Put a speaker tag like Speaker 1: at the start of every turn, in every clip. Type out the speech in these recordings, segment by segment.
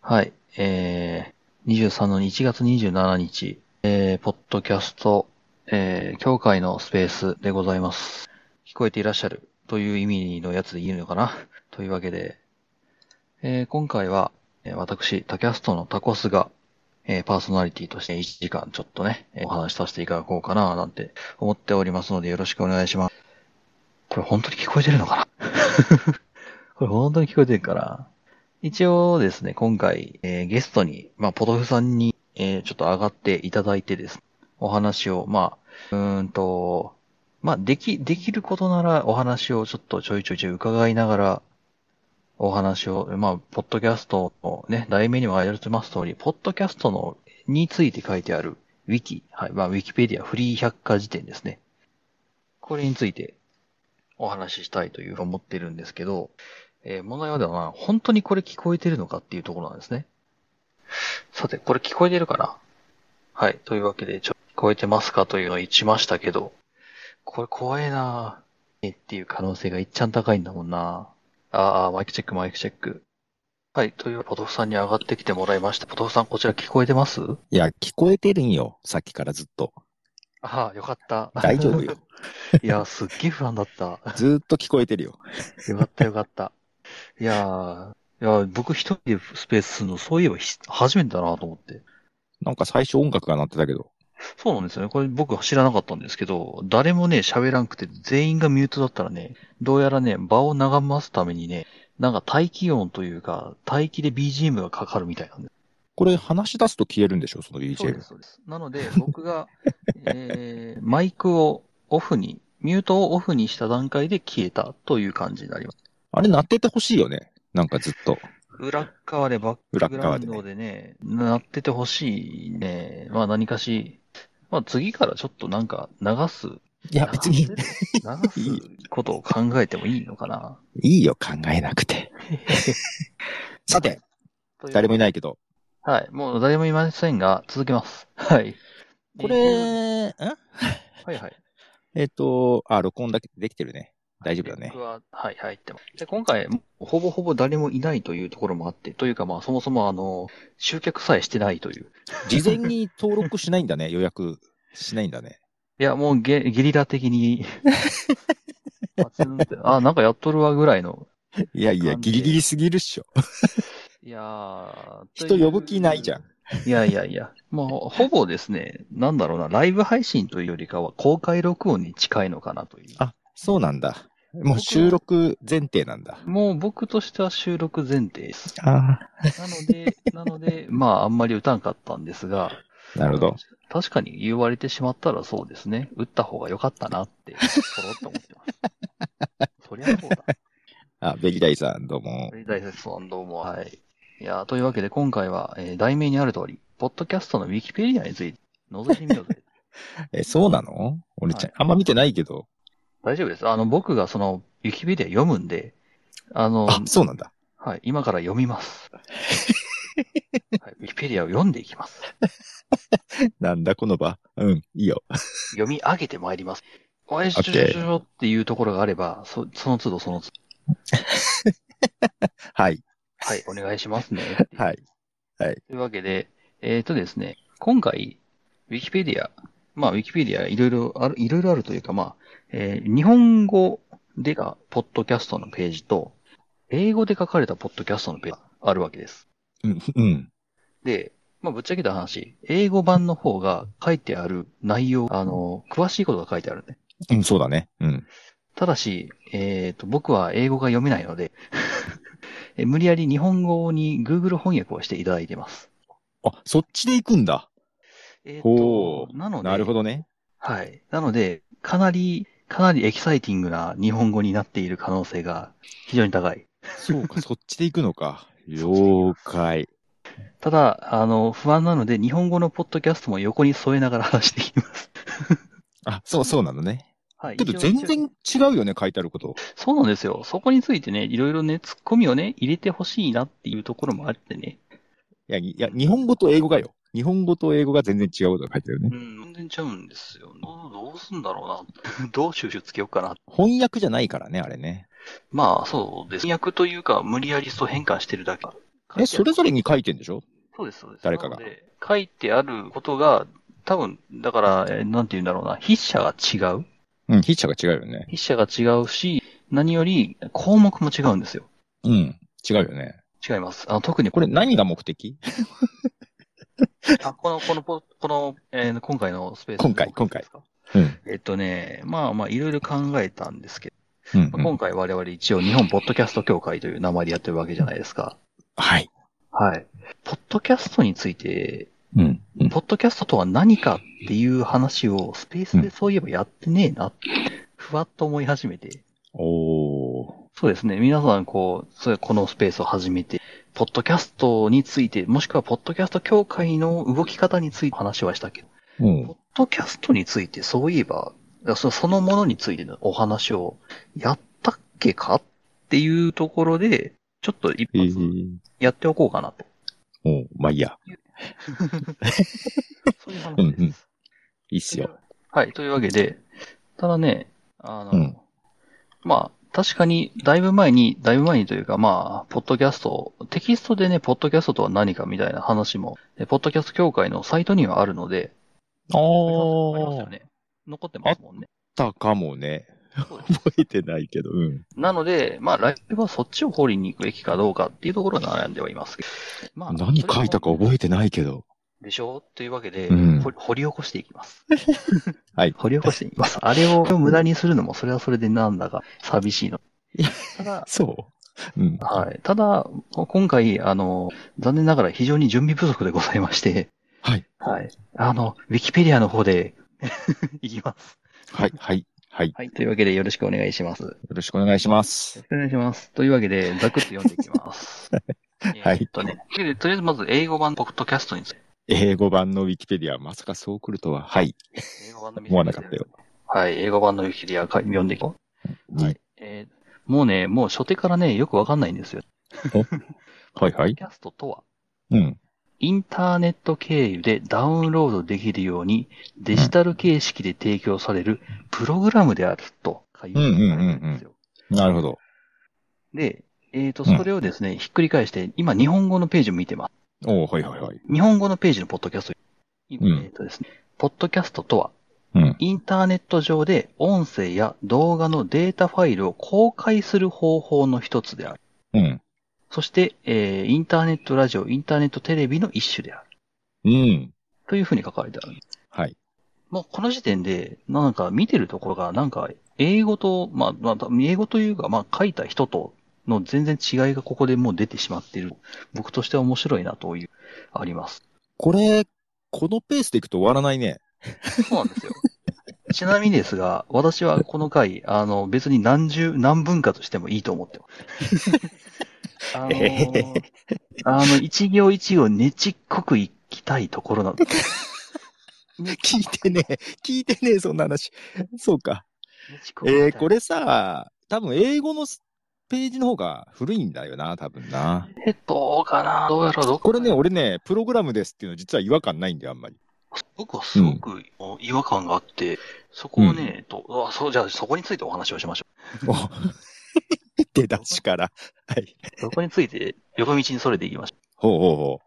Speaker 1: はい。えー、23の1月27日、えー、ポッドキャスト、えー、教会のスペースでございます。聞こえていらっしゃるという意味のやつでいいのかなというわけで、えー、今回は、えー私、タキャストのタコスが、えー、パーソナリティとして1時間ちょっとね、えーお話しさせていただこうかななんて思っておりますのでよろしくお願いします。これ本当に聞こえてるのかな これ本当に聞こえてるかな一応ですね、今回、えーゲストに、まあ、ポトフさんに、えーちょっと上がっていただいてですね、お話を、まあ、うーんと、まあ、でき、できることならお話をちょっとちょいちょいちょい伺いながら、お話を、まあ、ポッドキャストのね、題名にもあります通り、ポッドキャストの、について書いてある、ウィキ、はい、まあ、ウィキペディアフリー百科辞典ですね。これについてお話ししたいというふうに思ってるんですけど、えー問題はではまあ、本当にこれ聞こえてるのかっていうところなんですね。さて、これ聞こえてるかなはい。というわけで、ちょ、聞こえてますかというのを言いましたけど、これ怖えなえっていう可能性がいっちゃん高いんだもんなああ、マイクチェック、マイクチェック。はい。という、ポトフさんに上がってきてもらいました。ポトフさん、こちら聞こえてます
Speaker 2: いや、聞こえてるんよ。さっきからずっと。
Speaker 1: ああ、よかった。
Speaker 2: 大丈夫 よ。
Speaker 1: いや、すっげえ不安だった。
Speaker 2: ずーっと聞こえてるよ。
Speaker 1: よかったよかった。いやー、いやー僕一人でスペースするの、そういえばひ初めてだなと思って。
Speaker 2: なんか最初音楽が鳴ってたけど。
Speaker 1: そうなんですよね。これ僕知らなかったんですけど、誰もね、喋らんくて、全員がミュートだったらね、どうやらね、場を眺ますためにね、なんか待機音というか、待機で BGM がかかるみたいなんで
Speaker 2: これ話し出すと消えるんでしょその
Speaker 1: す。そうで
Speaker 2: BGM
Speaker 1: す、。そうです。なので、僕が、 えー、マイクをオフに、ミュートをオフにした段階で消えたという感じになります。
Speaker 2: あれ鳴っててほしいよね。なんかずっと。
Speaker 1: 裏っ側でバック
Speaker 2: 裏
Speaker 1: グ
Speaker 2: っ
Speaker 1: ラウ
Speaker 2: 側
Speaker 1: ン
Speaker 2: でね
Speaker 1: ドでね、なっててほしいね。まあ何かし、まあ次からちょっとなんか流す。
Speaker 2: いや、別に
Speaker 1: 流。す流すことを考えてもいいのかな。
Speaker 2: いいよ、考えなく て。さて、誰もい
Speaker 1: い。
Speaker 2: ないけど。
Speaker 1: はい。もう誰もいませんが、続けます。はい。
Speaker 2: これ、
Speaker 1: えー
Speaker 2: ん
Speaker 1: はいはい。
Speaker 2: えっ、と、あ、録音だけできてるね。大丈夫だね
Speaker 1: 僕。は、はい、入ってます。で、今回、ほぼほぼ誰もいないというところもあって、というかまあ、そもそもあの、集客さえしてないという。
Speaker 2: 事前に登録しないん だね。予約しないんだね。
Speaker 1: いや、もうゲゲリラ的にあつんって、あ、なんかやっとるわぐらいの。
Speaker 2: いやいや、
Speaker 1: なんで
Speaker 2: ギリギリすぎるっしょ。
Speaker 1: いやー
Speaker 2: 人呼ぶ気ないじゃん。。
Speaker 1: いやいやいや。まあ、ほぼですね、なんだろうな、ライブ配信というよりかは公開録音に近いのかなという。
Speaker 2: あ、そうなんだ。
Speaker 1: 僕
Speaker 2: も
Speaker 1: は
Speaker 2: う収録前提なんだ。
Speaker 1: もう僕としては収録前提です。
Speaker 2: あ
Speaker 1: なので、なので、まあ、あんまり歌んかったんですが、
Speaker 2: あ、なるほど。
Speaker 1: 確かに言われてしまったらそうですね。打った方が良かったなって、ポロっと思ってます。 そりゃそうだ。
Speaker 2: あ、ベリダイさん、どうも。
Speaker 1: 大切さん、どうも。はい。いやー、というわけで今回は、えー題名にある通り、ポッドキャストのウィキペディアについて覗いてみようぜ。
Speaker 2: え、そうなの俺ちゃ
Speaker 1: は
Speaker 2: ん、
Speaker 1: い
Speaker 2: あんま見てないけど。
Speaker 1: 大丈夫です。あの、僕がその、ウィキペディア読むんで、あの、
Speaker 2: あ、そうなんだ。
Speaker 1: はい、今から読み ます。はい、ウィキペディアを読んでいきます。
Speaker 2: なんだ、この場。うん、いいよ。
Speaker 1: 読み上げてまいります。おいしょ
Speaker 2: OK
Speaker 1: しょしょしょっていうところがあれば、そその都度その都度、
Speaker 2: はい。
Speaker 1: はい、お願いしますね。
Speaker 2: はい。
Speaker 1: というわけで、えっ、とですね、今回、ウィキペディア、まあ、ウィキペディアいろいろある、いろいろあるというか、まあ、えー日本語でが、ポッドキャストのページと、英語で書かれたポッドキャストのページがあるわけです。
Speaker 2: うん、うん。
Speaker 1: で、まあ、ぶっちゃけた話、英語版の方が書いてある内容、あの、詳しいことが書いてあるね。
Speaker 2: うん、そうだね。うん。
Speaker 1: ただし、えっ、と、僕は英語が読めないので、え無理やり日本語に Google 翻訳をしていただいてます。
Speaker 2: あ、そっちで行くんだ。
Speaker 1: えー
Speaker 2: ほ
Speaker 1: と、なので、
Speaker 2: なるほどね。
Speaker 1: はい。なので、かなり、かなりエキサイティングな日本語になっている可能性が非常に高い。
Speaker 2: そう か、そっちで行くのか。了解。
Speaker 1: ただ、あの、不安なので、日本語のポッドキャストも横に添えながら話していきます。
Speaker 2: あ、そう、そうなのね。
Speaker 1: はい。
Speaker 2: けど
Speaker 1: 一応
Speaker 2: 全然違うよね、書いてあること。
Speaker 1: そうなんですよ。そこについてね、いろいろね、ツッコミをね、入れてほしいなっていうところもあってね。
Speaker 2: いや、いや、日本語と英語がよ。日本語と英語が全然違うことが書いてあるね。
Speaker 1: うん、全然ちゃうんですよ。どうどうすんだろうな。 どう収集つけようかな。
Speaker 2: 翻訳じゃないからね、あれね。
Speaker 1: まあ、そうです。翻訳というか、無理やりそう変換してるだけ。書いてある
Speaker 2: え、それぞれに書いてんでしょ
Speaker 1: そうです、そうです。
Speaker 2: 誰かが
Speaker 1: なので書いてあることが、多分、だから、えーなんて言うんだろうな、筆者が違う
Speaker 2: うん、筆者が違うよね。
Speaker 1: 筆者が違うし、何より項目も違うんですよ。
Speaker 2: うん、違うよね。
Speaker 1: 違います。あの特に
Speaker 2: これ何が目的
Speaker 1: あこの、このポ、この、えー今回のスペース。
Speaker 2: 今回今回
Speaker 1: ですか。
Speaker 2: うん。
Speaker 1: えっとね、まあまあ、いろいろ考えたんですけ
Speaker 2: うん、
Speaker 1: ど、
Speaker 2: うん
Speaker 1: まあ今回我々一応日本ポッドキャスト協会という名前でやってるわけじゃないですか。
Speaker 2: はい。
Speaker 1: はい。ポッドキャストについて、
Speaker 2: うん。うん
Speaker 1: ポッドキャストとは何かっていう話をスペースでそういえばやってねえなって、ふわっと思い始めて。
Speaker 2: おー。
Speaker 1: そうですね。皆さん、こう、そうこのスペースを始めて、ポッドキャストについて、もしくはポッドキャスト協会の動き方について話はしたけど、
Speaker 2: うん
Speaker 1: ポッ。ドキャストについて、そういえば、そそのものについてのお話をやったっけかっていうところで、ちょっと一
Speaker 2: え
Speaker 1: 発
Speaker 2: ー、
Speaker 1: やっておこうかなと。
Speaker 2: おうまあいいや。
Speaker 1: そういう話
Speaker 2: うんう
Speaker 1: で
Speaker 2: ん
Speaker 1: す。
Speaker 2: いいっすよ。
Speaker 1: はい。というわけで、ただね、あの、
Speaker 2: うん
Speaker 1: まあ、確かに、だいぶ前に、だいぶ前にというか、まあ、ポッドキャスト、テキストでね、ポッドキャストとは何かみたいな話も、えポッドキャスト協会のサイトにはあるので、
Speaker 2: あ
Speaker 1: あります
Speaker 2: ー。
Speaker 1: よね。残ってますもんね。
Speaker 2: たかもね。
Speaker 1: そうです
Speaker 2: 覚えてないけど。うん。
Speaker 1: なので、まあ、ライブはそっちを掘りに行くべきかどうかっていうところを悩んではいますけど。まあ、
Speaker 2: 何書いたか覚えてないけど。
Speaker 1: でしょうというわけで、
Speaker 2: うん
Speaker 1: 掘り掘り起こしていき ます。
Speaker 2: はい
Speaker 1: 掘り起こしていきます。あれを無駄にするのも、それはそれでなんだか寂しい の
Speaker 2: いや。
Speaker 1: ただ、
Speaker 2: そう。うん。
Speaker 1: はい。ただ、今回、あの、残念ながら非常に準備不足でございまして、
Speaker 2: はい。
Speaker 1: はい。あの、ウィキペディアの方で、 いきます。
Speaker 2: はい、はい、はい。
Speaker 1: はい。というわけで、よろしくお願いします。よ
Speaker 2: よろしくお願いします。
Speaker 1: ろしくお願いします。というわけで、ざくっと読んでいき ます。えーっとね。でとりあえず、まず、英語版ポッドキャストについて。
Speaker 2: 英語版のウィキペディア、まさかそう来るとは。はい。
Speaker 1: 英語版のウィキペディア
Speaker 2: 思わなかったよ。
Speaker 1: はい。英語版のウィキペディア、か読んでいこう。
Speaker 2: はい。
Speaker 1: えーもうね、もう初手からね、よくわかんないんですよ。
Speaker 2: はい、はい。
Speaker 1: キャストとは、
Speaker 2: うん。
Speaker 1: インターネット経由でダウンロードできるようにデジタル形式で提供されるプログラムであると書いてあるんですよ。
Speaker 2: なるほど。
Speaker 1: で、えっ、と、
Speaker 2: うん
Speaker 1: それをですね、ひっくり返して、今日本語のページを見てます。
Speaker 2: おーはい、はい、はい。
Speaker 1: 日本語のページのポッドキャスト。今
Speaker 2: うん
Speaker 1: えっ、とですね、ポッドキャストとは、
Speaker 2: うん。
Speaker 1: インターネット上で音声や動画のデータファイルを公開する方法の一つである。
Speaker 2: うん。
Speaker 1: そして、えーインターネットラジオ、インターネットテレビの一種である。
Speaker 2: うん。
Speaker 1: というふうに書かれてある。
Speaker 2: はい。
Speaker 1: もうこの時点で、なんか見てるところが、なんか英語と、まあ、まあ、英語というか、まあ書いた人との全然違いがここでもう出てしまっている。僕としては面白いなという、あります。
Speaker 2: これ、このペースでいくと終わらないね。
Speaker 1: そうなんですよ。 ちなみにですが、私はこの回、あの、別に何十、何文化としてもいいと思ってます。あのーあの、一行一行ねちっこくいきたいところなんです。
Speaker 2: 聞いてねえ。聞いてねえ、そんな話。そうか。
Speaker 1: ねちっこくいきたい
Speaker 2: えー、これさ、多分英語のページの方が古いんだよな、多分な。
Speaker 1: え、どうかなどうやろうどう
Speaker 2: これね、俺ね、プログラムですっていうの実は違和感ないんだよ、あんまり。
Speaker 1: 僕はすごく違和感があって、そこをね、えっと、あ、そう、じゃあそこについてお話をしましょ
Speaker 2: お 出だしから。はい。
Speaker 1: う。そこについて横道にそれていきましょう。
Speaker 2: ほうほうほ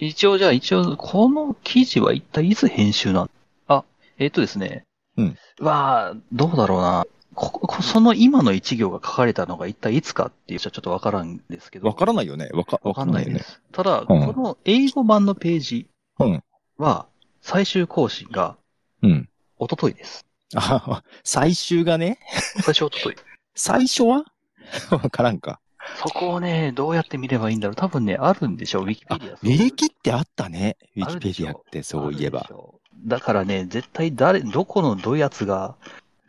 Speaker 1: 一応じゃあ一応、この記事は一体いつ編集なんあ、えっ、とですね。
Speaker 2: うん。
Speaker 1: わあ、どうだろうな。ここ、こその今の一行が書かれたのが一体いつかっていう人はちょっとわからんですけ
Speaker 2: う。
Speaker 1: ど。
Speaker 2: わからないよね。わか、わ
Speaker 1: わ
Speaker 2: か
Speaker 1: か
Speaker 2: ん
Speaker 1: んな
Speaker 2: な
Speaker 1: いい
Speaker 2: よ
Speaker 1: で
Speaker 2: ね。
Speaker 1: す。ただ、
Speaker 2: うん
Speaker 1: この英語版のページ
Speaker 2: うん
Speaker 1: は、最終更新が
Speaker 2: うん。
Speaker 1: 一昨日です。
Speaker 2: あ最終がね、
Speaker 1: 最初一昨日。
Speaker 2: 最初は わからんか。
Speaker 1: そこをね、どうやって見ればいいんだろう。多分ね、あるんでしょう、ウィキペ
Speaker 2: あ
Speaker 1: ディア。、
Speaker 2: ウィキってあったね。ウィ
Speaker 1: あ
Speaker 2: キ
Speaker 1: る
Speaker 2: ペ
Speaker 1: で
Speaker 2: デ
Speaker 1: しょ
Speaker 2: ィアってそういえ
Speaker 1: ある
Speaker 2: ば
Speaker 1: でし。ょう。だからね、絶対誰、どこのどやつが、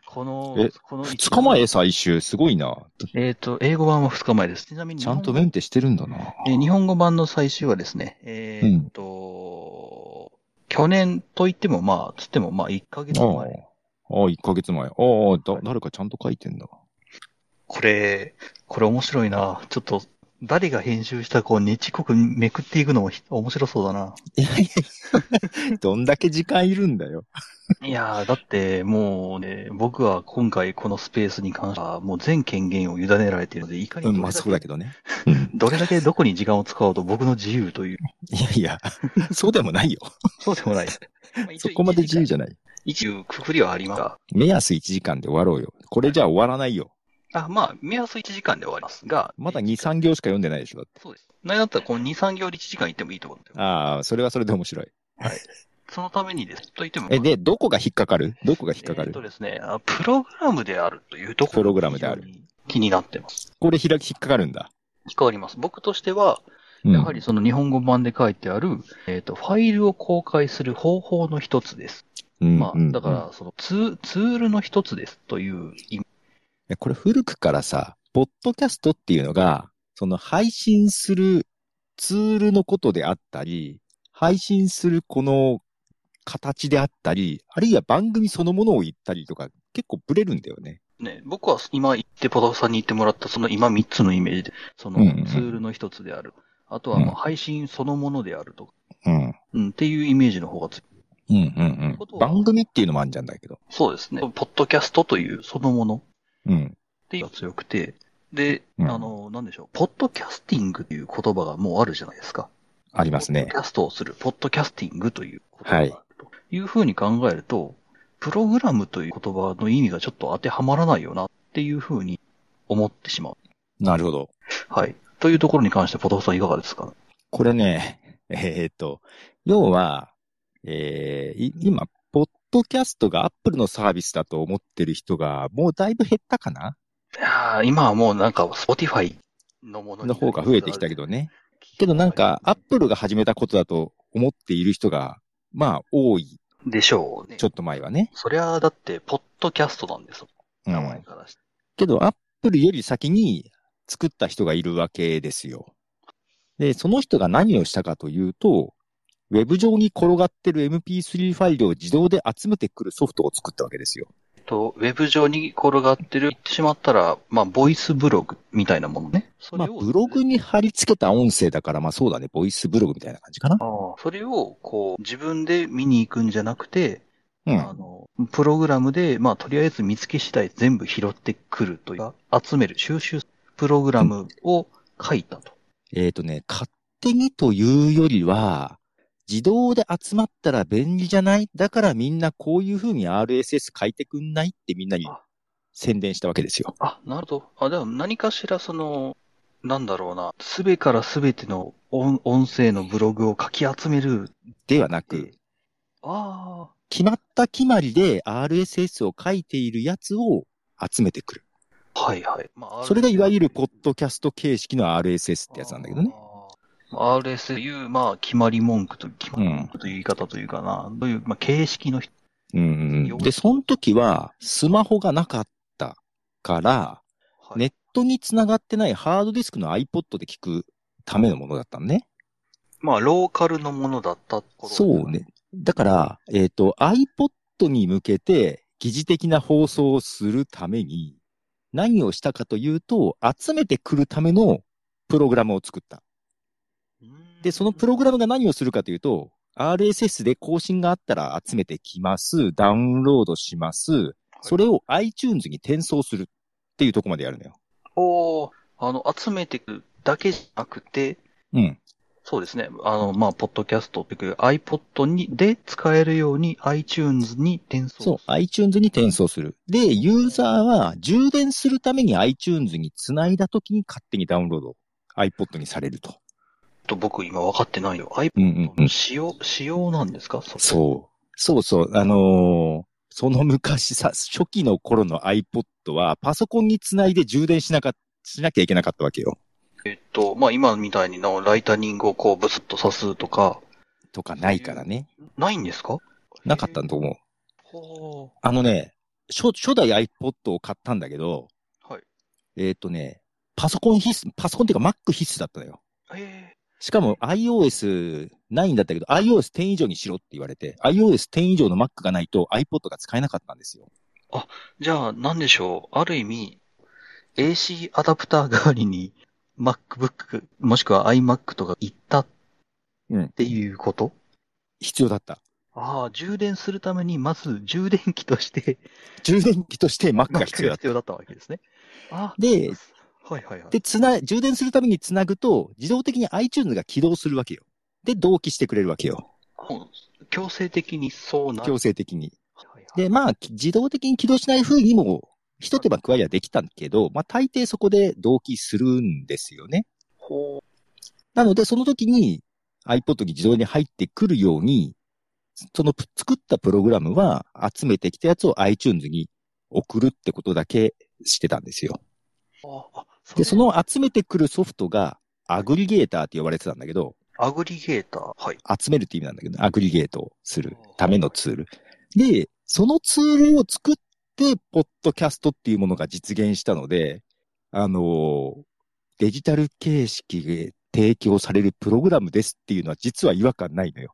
Speaker 1: この
Speaker 2: え、
Speaker 1: この
Speaker 2: 2日前最終、すごいな。
Speaker 1: えっ、と、英語版は2日前です。ちなみに
Speaker 2: ち
Speaker 1: 日
Speaker 2: ゃ
Speaker 1: 本
Speaker 2: ん
Speaker 1: 語、
Speaker 2: とメンテしてるんだな。
Speaker 1: えー日本語版の最終はですね、えー
Speaker 2: うん
Speaker 1: っと、去年と言っても、まあ、つっても、まあ、1ヶ月
Speaker 2: ああ
Speaker 1: 前。。
Speaker 2: ああ、1ヶ月前。ああ、だ誰かちゃんと書いてんだ。
Speaker 1: これ、これ面白いな。ちょっと、誰が編集したこう、ねちこくめくっていくのもひ面白そうだな。
Speaker 2: どんだけ時間いるんだよ。
Speaker 1: いやー、だってもうね、僕は今回このスペースに関しては、もう全権限を委ねられているので、いかに
Speaker 2: う
Speaker 1: ど
Speaker 2: ん、
Speaker 1: れ
Speaker 2: まあ
Speaker 1: だけ,、
Speaker 2: そうだけどね。
Speaker 1: どれだけどこに時間を使おうと僕の自由という。
Speaker 2: いやいや、 そうでもないよ。
Speaker 1: そうでもない。
Speaker 2: そ こまで自由
Speaker 1: ゃ。
Speaker 2: じゃない。
Speaker 1: 一応くくりはありますが。
Speaker 2: 目安1時間で終わろうよ。これじゃ終わらないよ。
Speaker 1: あ、まあ、目安1時間で終わりますが。
Speaker 2: まだ2、3行しか読んでないでしょ。だって
Speaker 1: そうです。なんだったらこの2、3行で1時間行ってもいいと思うんだよ。
Speaker 2: ああ、それはそれで面白い。
Speaker 1: そのためにです。と言っても。
Speaker 2: え、で、どこが引っかかるどこが引っかか
Speaker 1: えー
Speaker 2: る
Speaker 1: とですね、あプログラムであるというところ。
Speaker 2: プログラムである。
Speaker 1: 気になってます。
Speaker 2: これ開き引っかかるんだ。
Speaker 1: 引っかかります。僕としては、
Speaker 2: うん
Speaker 1: やはりその日本語版で書いてある、えっ、と、ファイルを公開する方法の一つです。
Speaker 2: うん
Speaker 1: ま
Speaker 2: う
Speaker 1: あ、
Speaker 2: ん
Speaker 1: だから、そのツー、ツールの一つですという意味。
Speaker 2: いやこれ古くからさ、ポッドキャストっていうのが、その配信するツールのことであったり、配信するこの形であったり、あるいは番組そのものを言ったりとか、結構ブレるんだよね。
Speaker 1: ね、僕は今言って、ポトフさんに言ってもらった、その今3つのイメージで、その
Speaker 2: うんうん
Speaker 1: ツールの一つである。あとは、まあ配信そのものであるとか、
Speaker 2: うん。
Speaker 1: うん、っていうイメージの方がつ
Speaker 2: うんうん
Speaker 1: ことは
Speaker 2: 番組っていうのもあるんじゃんだけど。
Speaker 1: そうですね。ポッドキャストというそのもの
Speaker 2: うん。
Speaker 1: っていうのが強くて、で、
Speaker 2: うん
Speaker 1: あの、なんでしょう、ポッドキャスティングという言葉がもうあるじゃないですか。
Speaker 2: あります
Speaker 1: ポッ
Speaker 2: ね
Speaker 1: ド。キャストをする、ポッドキャスティングという言葉があるというふうに考えると、プログラムという言葉の意味がちょっと当てはまらないよなっていうふうに思ってしまう。
Speaker 2: なるほど。
Speaker 1: はい。というところに関して、ポトフさんいかがですか
Speaker 2: これね、 えーっと、要は、えーい今、ポッドキャストがアップルのサービスだと思ってる人が、もうだいぶ減ったかない
Speaker 1: やー今はもうなんか、スポティファイのものに
Speaker 2: の方が増えてきたけどね。けどなんか、アップルが始めたことだと思っている人が、まあ、多い、
Speaker 1: でしょうね。
Speaker 2: ちょっと前はね。
Speaker 1: そりゃあ、だって、ポッドキャストなんですよ。
Speaker 2: うん
Speaker 1: 名前からして。
Speaker 2: けど、アップルより先に作った人がいるわけですよ。で、その人が何をしたかというと、ウェブ上に転がってる MP3 ファイルを自動で集めてくるソフトを作ったわけですよ。
Speaker 1: と、ウェブ上に転がってる、言ってしまったら、まあ、ボイスブログみたいなものね。そ
Speaker 2: ま
Speaker 1: れ
Speaker 2: あ、
Speaker 1: を、
Speaker 2: ブログに貼り付けた音声だから、まあそうだね、ボイスブログみたいな感じかな。
Speaker 1: ああそれを、こう、自分で見に行くんじゃなくて、
Speaker 2: うん
Speaker 1: あ。の、プログラムで、まあ、とりあえず見つけ次第全部拾ってくるというか、集める、収集、プログラムを書いたと。
Speaker 2: えっ、とね、勝手にというよりは、自動で集まったら便利じゃないだからみんなこういう風に RSS 書いてくんないってみんなに
Speaker 1: あ
Speaker 2: 宣伝したわけですよ。
Speaker 1: あ、なるほど。あ、でも何かしらその、なんだろうな、すべからすべての音音声のブログを書き集める。
Speaker 2: ではなく、
Speaker 1: あ
Speaker 2: 決まった決まりで RSS を書いているやつを集めてくる。
Speaker 1: あ、はいはい。まあ、
Speaker 2: それがいわゆる
Speaker 1: ポ
Speaker 2: ポッドキャスト形式の RSS ってやつなんだけどね。。
Speaker 1: RSU、まあ、決まり文句と、決まり文句という言い方というかな、どういう、まあ、形式の人。
Speaker 2: うんうん。で、その時はスマホがなかったから、
Speaker 1: はい
Speaker 2: ネットにつながってないハードディスクの iPod で聞くためのものだったのね。
Speaker 1: まあ、ローカルのものだった頃
Speaker 2: そう。ね。だから、えっ、と、iPod に向けて疑似的な放送をするために、何をしたかというと、集めてくるためのプログラムを作った。
Speaker 1: うん
Speaker 2: で、そのプログラムが何をするかというと、RSS で更新があったら集めてきます、ダウンロードします、それを iTunes に転送するっていうとこまでやるのよ。
Speaker 1: を、あの、集めていくだけじゃなくて、
Speaker 2: うん。
Speaker 1: そうですね。あの、まあ、ポッドキャストっていうか iPod に、で使えるように iTunes に転送。
Speaker 2: そう、iTunes に転送する。で、ユーザーは充電するために iTunes に繋いだ時に勝手にダウンロード、iPod にされると。
Speaker 1: と僕今分かってないよ。iPod
Speaker 2: うん
Speaker 1: の。仕様、仕様なんですかそれ
Speaker 2: そう。そうそう、あのーその昔さ、初期の頃の iPod はパソコンに繋いで充電しなかっしなきゃいけなかったわけよ。
Speaker 1: えっと、まあ、今みたいにのライタニングをこうブスッと刺すとか、
Speaker 2: とかないからね。
Speaker 1: ないんですか
Speaker 2: なかったと思う。
Speaker 1: ほ
Speaker 2: あのね、初、初代 iPod を買ったんだけど、
Speaker 1: う。はい。
Speaker 2: えっ、とね、パソコン必須、パソコンっていうか Mac 必須だったのよ。
Speaker 1: え
Speaker 2: しかも iOS ないんだったけど、iOS10 以上にしろって言われて、iOS10 以上の Mac がないと iPod が使えなかったんですよ。
Speaker 1: ーじゃあ、なんでしょう。ある意味、AC アダプター代わりに MacBook、もしくは iMac とか行ったっ
Speaker 2: うん
Speaker 1: ていうこと、
Speaker 2: 必要だった。
Speaker 1: ああ、充電するために、まず充電器として、
Speaker 2: 充電器として Mac が必要だっ
Speaker 1: 必要だったわけですね。あ
Speaker 2: た。で、
Speaker 1: あ、はいはいはい。
Speaker 2: で、つな、充電するためにつなぐと、自動的に iTunes が起動するわけよ。で、同期してくれるわけよ。
Speaker 1: 強制的にそうなる。
Speaker 2: 強制的に。
Speaker 1: はいはい
Speaker 2: で、まあ、き自動的に起動しない風にも、一手間加えりゃできたんだけど、まあ、大抵そこで同期するんですよね。
Speaker 1: ほ
Speaker 2: なので、その時に iPod に自動に入ってくるように、そのぷ作ったプログラムは集めてきたやつを iTunes に送るってことだけしてたんですよ。
Speaker 1: うああ
Speaker 2: で、
Speaker 1: れ
Speaker 2: その集めてくるソフトがアグリゲーターって呼ばれてたんだけど、
Speaker 1: アグリゲーター。はい。
Speaker 2: 集めるって意味なんだけど、アグリゲートをするためのツール。で、そのツールを作って、ポッドキャストっていうものが実現したので、あのーデジタル形式で提供されるプログラムですっていうのは実は違和感ないのよ。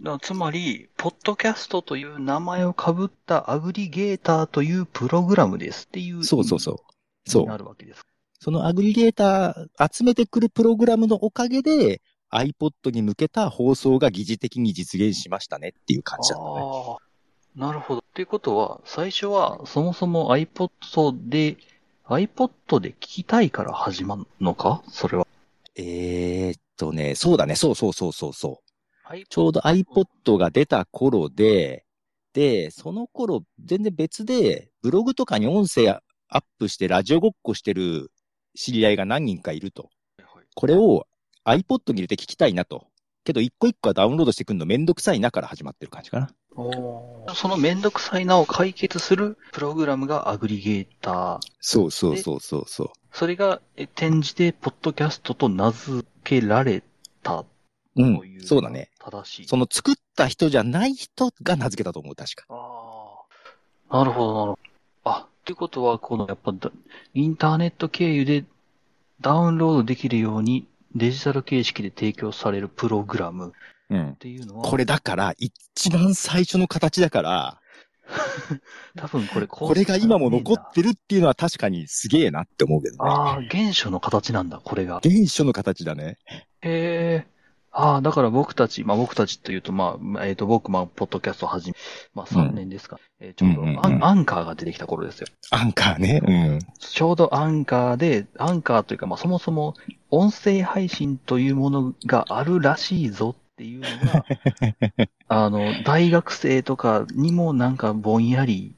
Speaker 1: なつまり、ポッドキャストという名前をかぶったアグリゲーターというプログラムですっていう。
Speaker 2: そうそうそう。そ
Speaker 1: にな
Speaker 2: う。
Speaker 1: るわけです。
Speaker 2: そのアグリゲーター集めてくるプログラムのおかげで、iPod に向けた放送が疑似的に実現しましたねっていう感じだったね。
Speaker 1: ああ、なるほど。っていうことは、最初はそもそも iPod で、iPod で聞きたいから始まるのかそれは。
Speaker 2: えーっとね、そうだね、そうそうそうそうそう。
Speaker 1: はい
Speaker 2: ちょうど iPod が出た頃で、で、その頃、全然別で、ブログとかに音声アップしてラジオごっこしてる知り合いが何人かいると。これを iPod に入れて聞きたいなと。けど、一個一個はダウンロードしてくるのめんどくさいなから始まってる感じかな。
Speaker 1: そのめんどくさいなを解決するプログラムがアグリゲーター。
Speaker 2: そうそうそうそうそう。
Speaker 1: それがえ転じて、ポッドキャストと名付けられた
Speaker 2: う
Speaker 1: と
Speaker 2: ん
Speaker 1: い、う。
Speaker 2: そうだね。。
Speaker 1: 正しい。
Speaker 2: その作った人じゃない人が名付けたと思う、確か。
Speaker 1: ああ。なるほど、なるほど。あ、ってことは、この、やっぱだ、インターネット経由でダウンロードできるように、デジタル形式で提供されるプログラムっ
Speaker 2: うん。
Speaker 1: ていうのは、
Speaker 2: これだから、一番最初の形だから、
Speaker 1: 多分これ、
Speaker 2: これが今も残っ
Speaker 1: る。
Speaker 2: てるっていうのは確かにすげえなって思うけどね。
Speaker 1: ああ、原初の形なんだ、これが。
Speaker 2: 原初の形だね。
Speaker 1: へえ。ああ、だから僕たち、まあ僕たちというと、まあ、えっ、と、僕、まあ、ポッドキャストを始め、まあ3年ですか。えーちょうど
Speaker 2: うんうんうん
Speaker 1: アン、アンカーが出てきた頃ですよ。
Speaker 2: アンカーね。うん。
Speaker 1: ちょうどアンカーで、アンカーというか、まあそもそも音声配信というものがあるらしいぞっていうの が、あの、大学生とかにもなんかぼんやり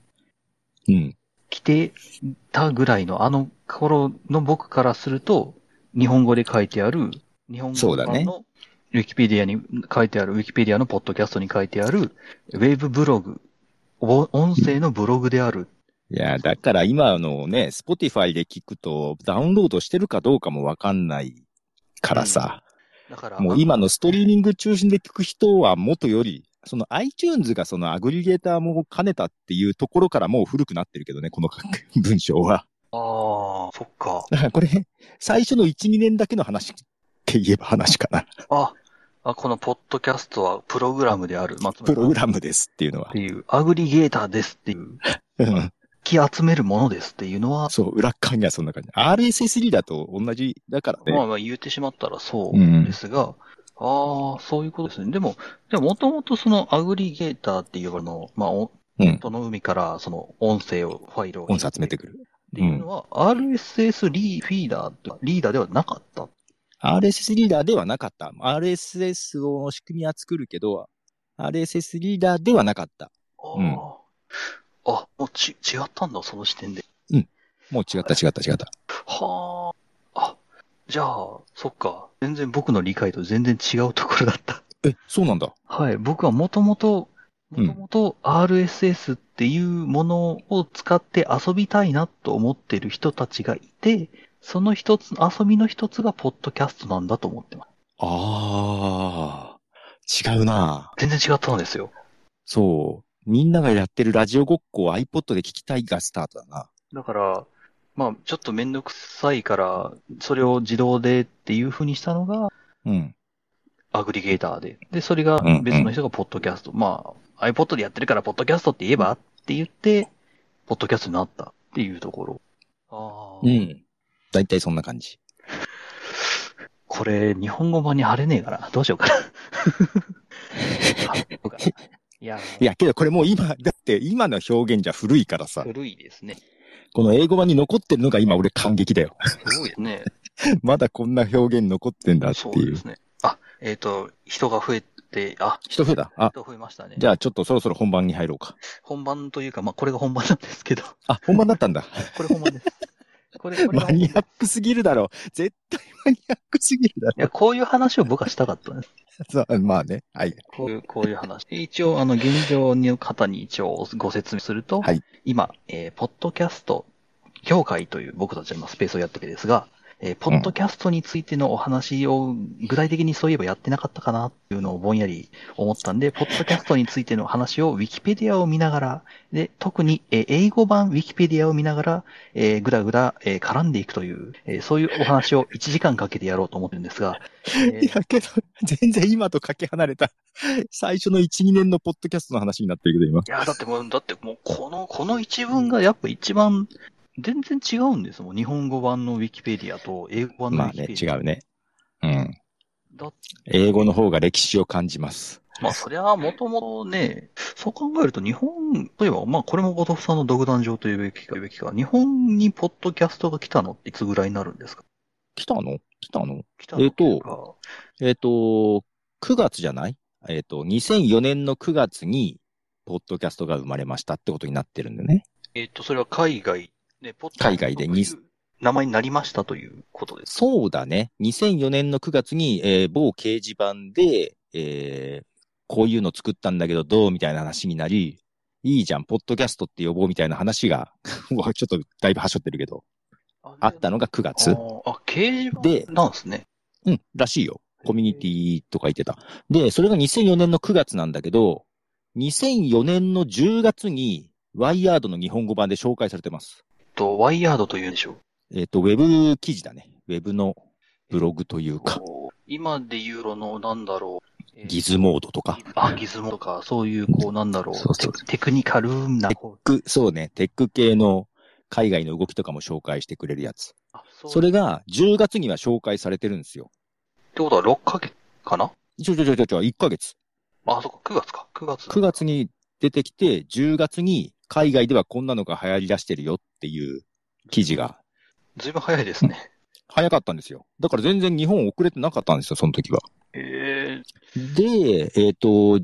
Speaker 2: うん。
Speaker 1: 来てたぐらいの、あの頃の僕からすると、日本語で書いてある、日本
Speaker 2: そ
Speaker 1: 語
Speaker 2: うだ
Speaker 1: 版
Speaker 2: ね
Speaker 1: の、ウィキペディアに書いてある、ウィキペディアのポッドキャストに書いてある、ウェブブログ、お音声のブログである。
Speaker 2: いや、だから今のね、Spotify で聞くと、ダウンロードしてるかどうかもわかんないからさ、
Speaker 1: だから、
Speaker 2: もう今のストリーミング中心で聞く人は元より、その iTunes がそのアグリゲーターも兼ねたっていうところからもう古くなってるけどね、この文章は。
Speaker 1: ああ、そっか。
Speaker 2: だからこれ、最初の1、2年だけの話って言えば話かな。
Speaker 1: あ、あこのポッドキャストはプログラムである。まあ、つまり
Speaker 2: プログラムですっていう
Speaker 1: っ
Speaker 2: のは
Speaker 1: て。いう、アグリゲーターですっていう、
Speaker 2: うん。
Speaker 1: 気集めるものですっていうのは、
Speaker 2: そう、裏っ側にはそんな感じ。RSS リーダーと同じだからね。
Speaker 1: まあまあ言ってしまったらそううんですが、ああ、そういうことですね。でも、でもともとそのアグリゲーターっていうの、まあ、お
Speaker 2: うん。
Speaker 1: その海からその音声を、ファイルを。
Speaker 2: 音声集めて
Speaker 1: っ
Speaker 2: くる。
Speaker 1: ていうのは、RSS リーフィーダーって、リーダーではなかった。
Speaker 2: RSS リーダーではなかった。RSS の仕組みは作るけど、RSS リーダーではなかった。
Speaker 1: あ
Speaker 2: うん
Speaker 1: あ。あ、もうち、違ったんだ、その視点で。
Speaker 2: もう違った違った違った。
Speaker 1: はあ。あ、じゃあ、そっか。全然僕の理解と全然違うところだった。
Speaker 2: え、そうなんだ。
Speaker 1: はい。僕はもともと、
Speaker 2: う
Speaker 1: も
Speaker 2: ん
Speaker 1: ともと RSS っていうものを使って遊びたいなと思ってる人たちがいて、その一つ、遊びの一つがポッドキャストなんだと思ってます。
Speaker 2: あー、違うな
Speaker 1: 全然違ったんですよ。
Speaker 2: そう。みんながやってるラジオごっこを iPod で聞きたいがスタートだな。
Speaker 1: だから、まあ、ちょっとめんどくさいから、それを自動でっていう風にしたのが、
Speaker 2: うん。
Speaker 1: アグリゲーターで。で、それが
Speaker 2: うんうん
Speaker 1: 別の人がポッドキャスト。まあ、iPod でやってるから、ポッドキャストって言えばって言って、ポッドキャストになったっていうところ。ああ。
Speaker 2: ん。だいたいそんな感じ。
Speaker 1: これ、日本語版に貼れねえかな。どうしよう かな。貼っとくかないや、
Speaker 2: いや、けどこれもう今、だって今の表現じゃ古いからさ、
Speaker 1: 古いです ね。
Speaker 2: この英語版に残ってるのが今俺感激だよ。
Speaker 1: すごいですね。
Speaker 2: まだこんな表現残ってんだっ
Speaker 1: そ
Speaker 2: て
Speaker 1: う
Speaker 2: い
Speaker 1: で
Speaker 2: う。
Speaker 1: すね。あ、えっ、と、人が増えて、あ、
Speaker 2: 一増だ。あ、
Speaker 1: 人増えましたね。
Speaker 2: じゃあちょっとそろそろ本番に入ろうか。
Speaker 1: 本番というか、まあ、これが本番なんですけど、
Speaker 2: あ、本番だったんだ。
Speaker 1: これ本番 です。これ、これが
Speaker 2: マ
Speaker 1: 本番
Speaker 2: ニアックすぎるだろう。絶対マニアックすぎるだ
Speaker 1: いや、こういう話を僕はしたかったんです。
Speaker 2: ろう。まあね。はい。
Speaker 1: こういう、こういう話。一応、あの、現状の方に一応ご説明すると、
Speaker 2: はい
Speaker 1: 今、えーポッドキャスト協会という僕たちは今スペースをやってるんですが、えーポッドキャストについてのお話を具体的にそういえばやってなかったかなっていうのをぼんやり思ったんで、ポッドキャストについての話をウィキペディアを見ながら、で、特に、えー英語版ウィキペディアを見ながら、えーぐだぐだ、えー絡んでいくという、えーそういうお話を1時間かけてやろうと思ってるんですが、え
Speaker 2: い
Speaker 1: ー
Speaker 2: や、けど、全然今とかけ離れた、最初の1、2年のポッドキャストの話になってるけど、今。
Speaker 1: いや、だってもう、だってもう、この、この一文がやっぱ一番、全然違うんですもん。日本語版のウィキペディアと英語版のウ
Speaker 2: ま
Speaker 1: ィ
Speaker 2: あ
Speaker 1: キペ
Speaker 2: ね、
Speaker 1: デ
Speaker 2: 違
Speaker 1: ィア。
Speaker 2: うね。うん。
Speaker 1: だ
Speaker 2: 英語の方が歴史を感じます。
Speaker 1: まあ、そりゃ、もともとね、そう考えると日本、例えば、まあ、これも後藤さんの独断上というべきか、言うべきか、日本にポッドキャストが来たのっていつぐらいになるんですか
Speaker 2: 来たの来たの
Speaker 1: 来たのっていうか、
Speaker 2: えっ、と、9月じゃないえっ、と、2004年の9月に、ポッドキャストが生まれましたってことになってるんでね。
Speaker 1: えっと、それは海外で、ポッドキャスト
Speaker 2: 海外でに
Speaker 1: という名前になりましたということです。
Speaker 2: そうだね。2004年の9月に、えー某掲示板で、えーこういうの作ったんだけどどうみたいな話になり、いいじゃん、ポッドキャストって呼ぼうみたいな話が、 うわちょっとだいぶ端折ってるけど、あったのが9
Speaker 1: あ
Speaker 2: 月。
Speaker 1: ーあ、掲示
Speaker 2: で
Speaker 1: 板なんですね。
Speaker 2: うん、らしいよ。コミュニティとか言ってた。で、それが2004年の9月なんだけど、2004年の10月に、ワイヤードの日本語版で紹介されてます。
Speaker 1: えっと、ワイヤードというんでしょう
Speaker 2: えっ、と、ウェブ記事だね。ウェブのブログというか、
Speaker 1: こう今で言うのの、なんだろう。えー
Speaker 2: ギズモードとか。
Speaker 1: あ、ギズモとか、そういう、こう、なんだろう。
Speaker 2: そうそう
Speaker 1: テテクニカルな。
Speaker 2: くそうね、テック系の海外の動きとかも紹介してくれるやつ。
Speaker 1: あそう
Speaker 2: そ
Speaker 1: っ
Speaker 2: れが10月には紹介されてるんですよ。
Speaker 1: てことは6ヶ月かな
Speaker 2: ちょちょちょちょちょ、1ヶ月。
Speaker 1: あ、そっか、9月か。9月。
Speaker 2: 9月に出てきて、10月に海外ではこんなのが流行り出してるよっていう記事が
Speaker 1: ずいぶん早いですね。
Speaker 2: 早かったんですよ。だから全然日本遅れてなかったんですよ、その時は。
Speaker 1: え
Speaker 2: で、えっ、と、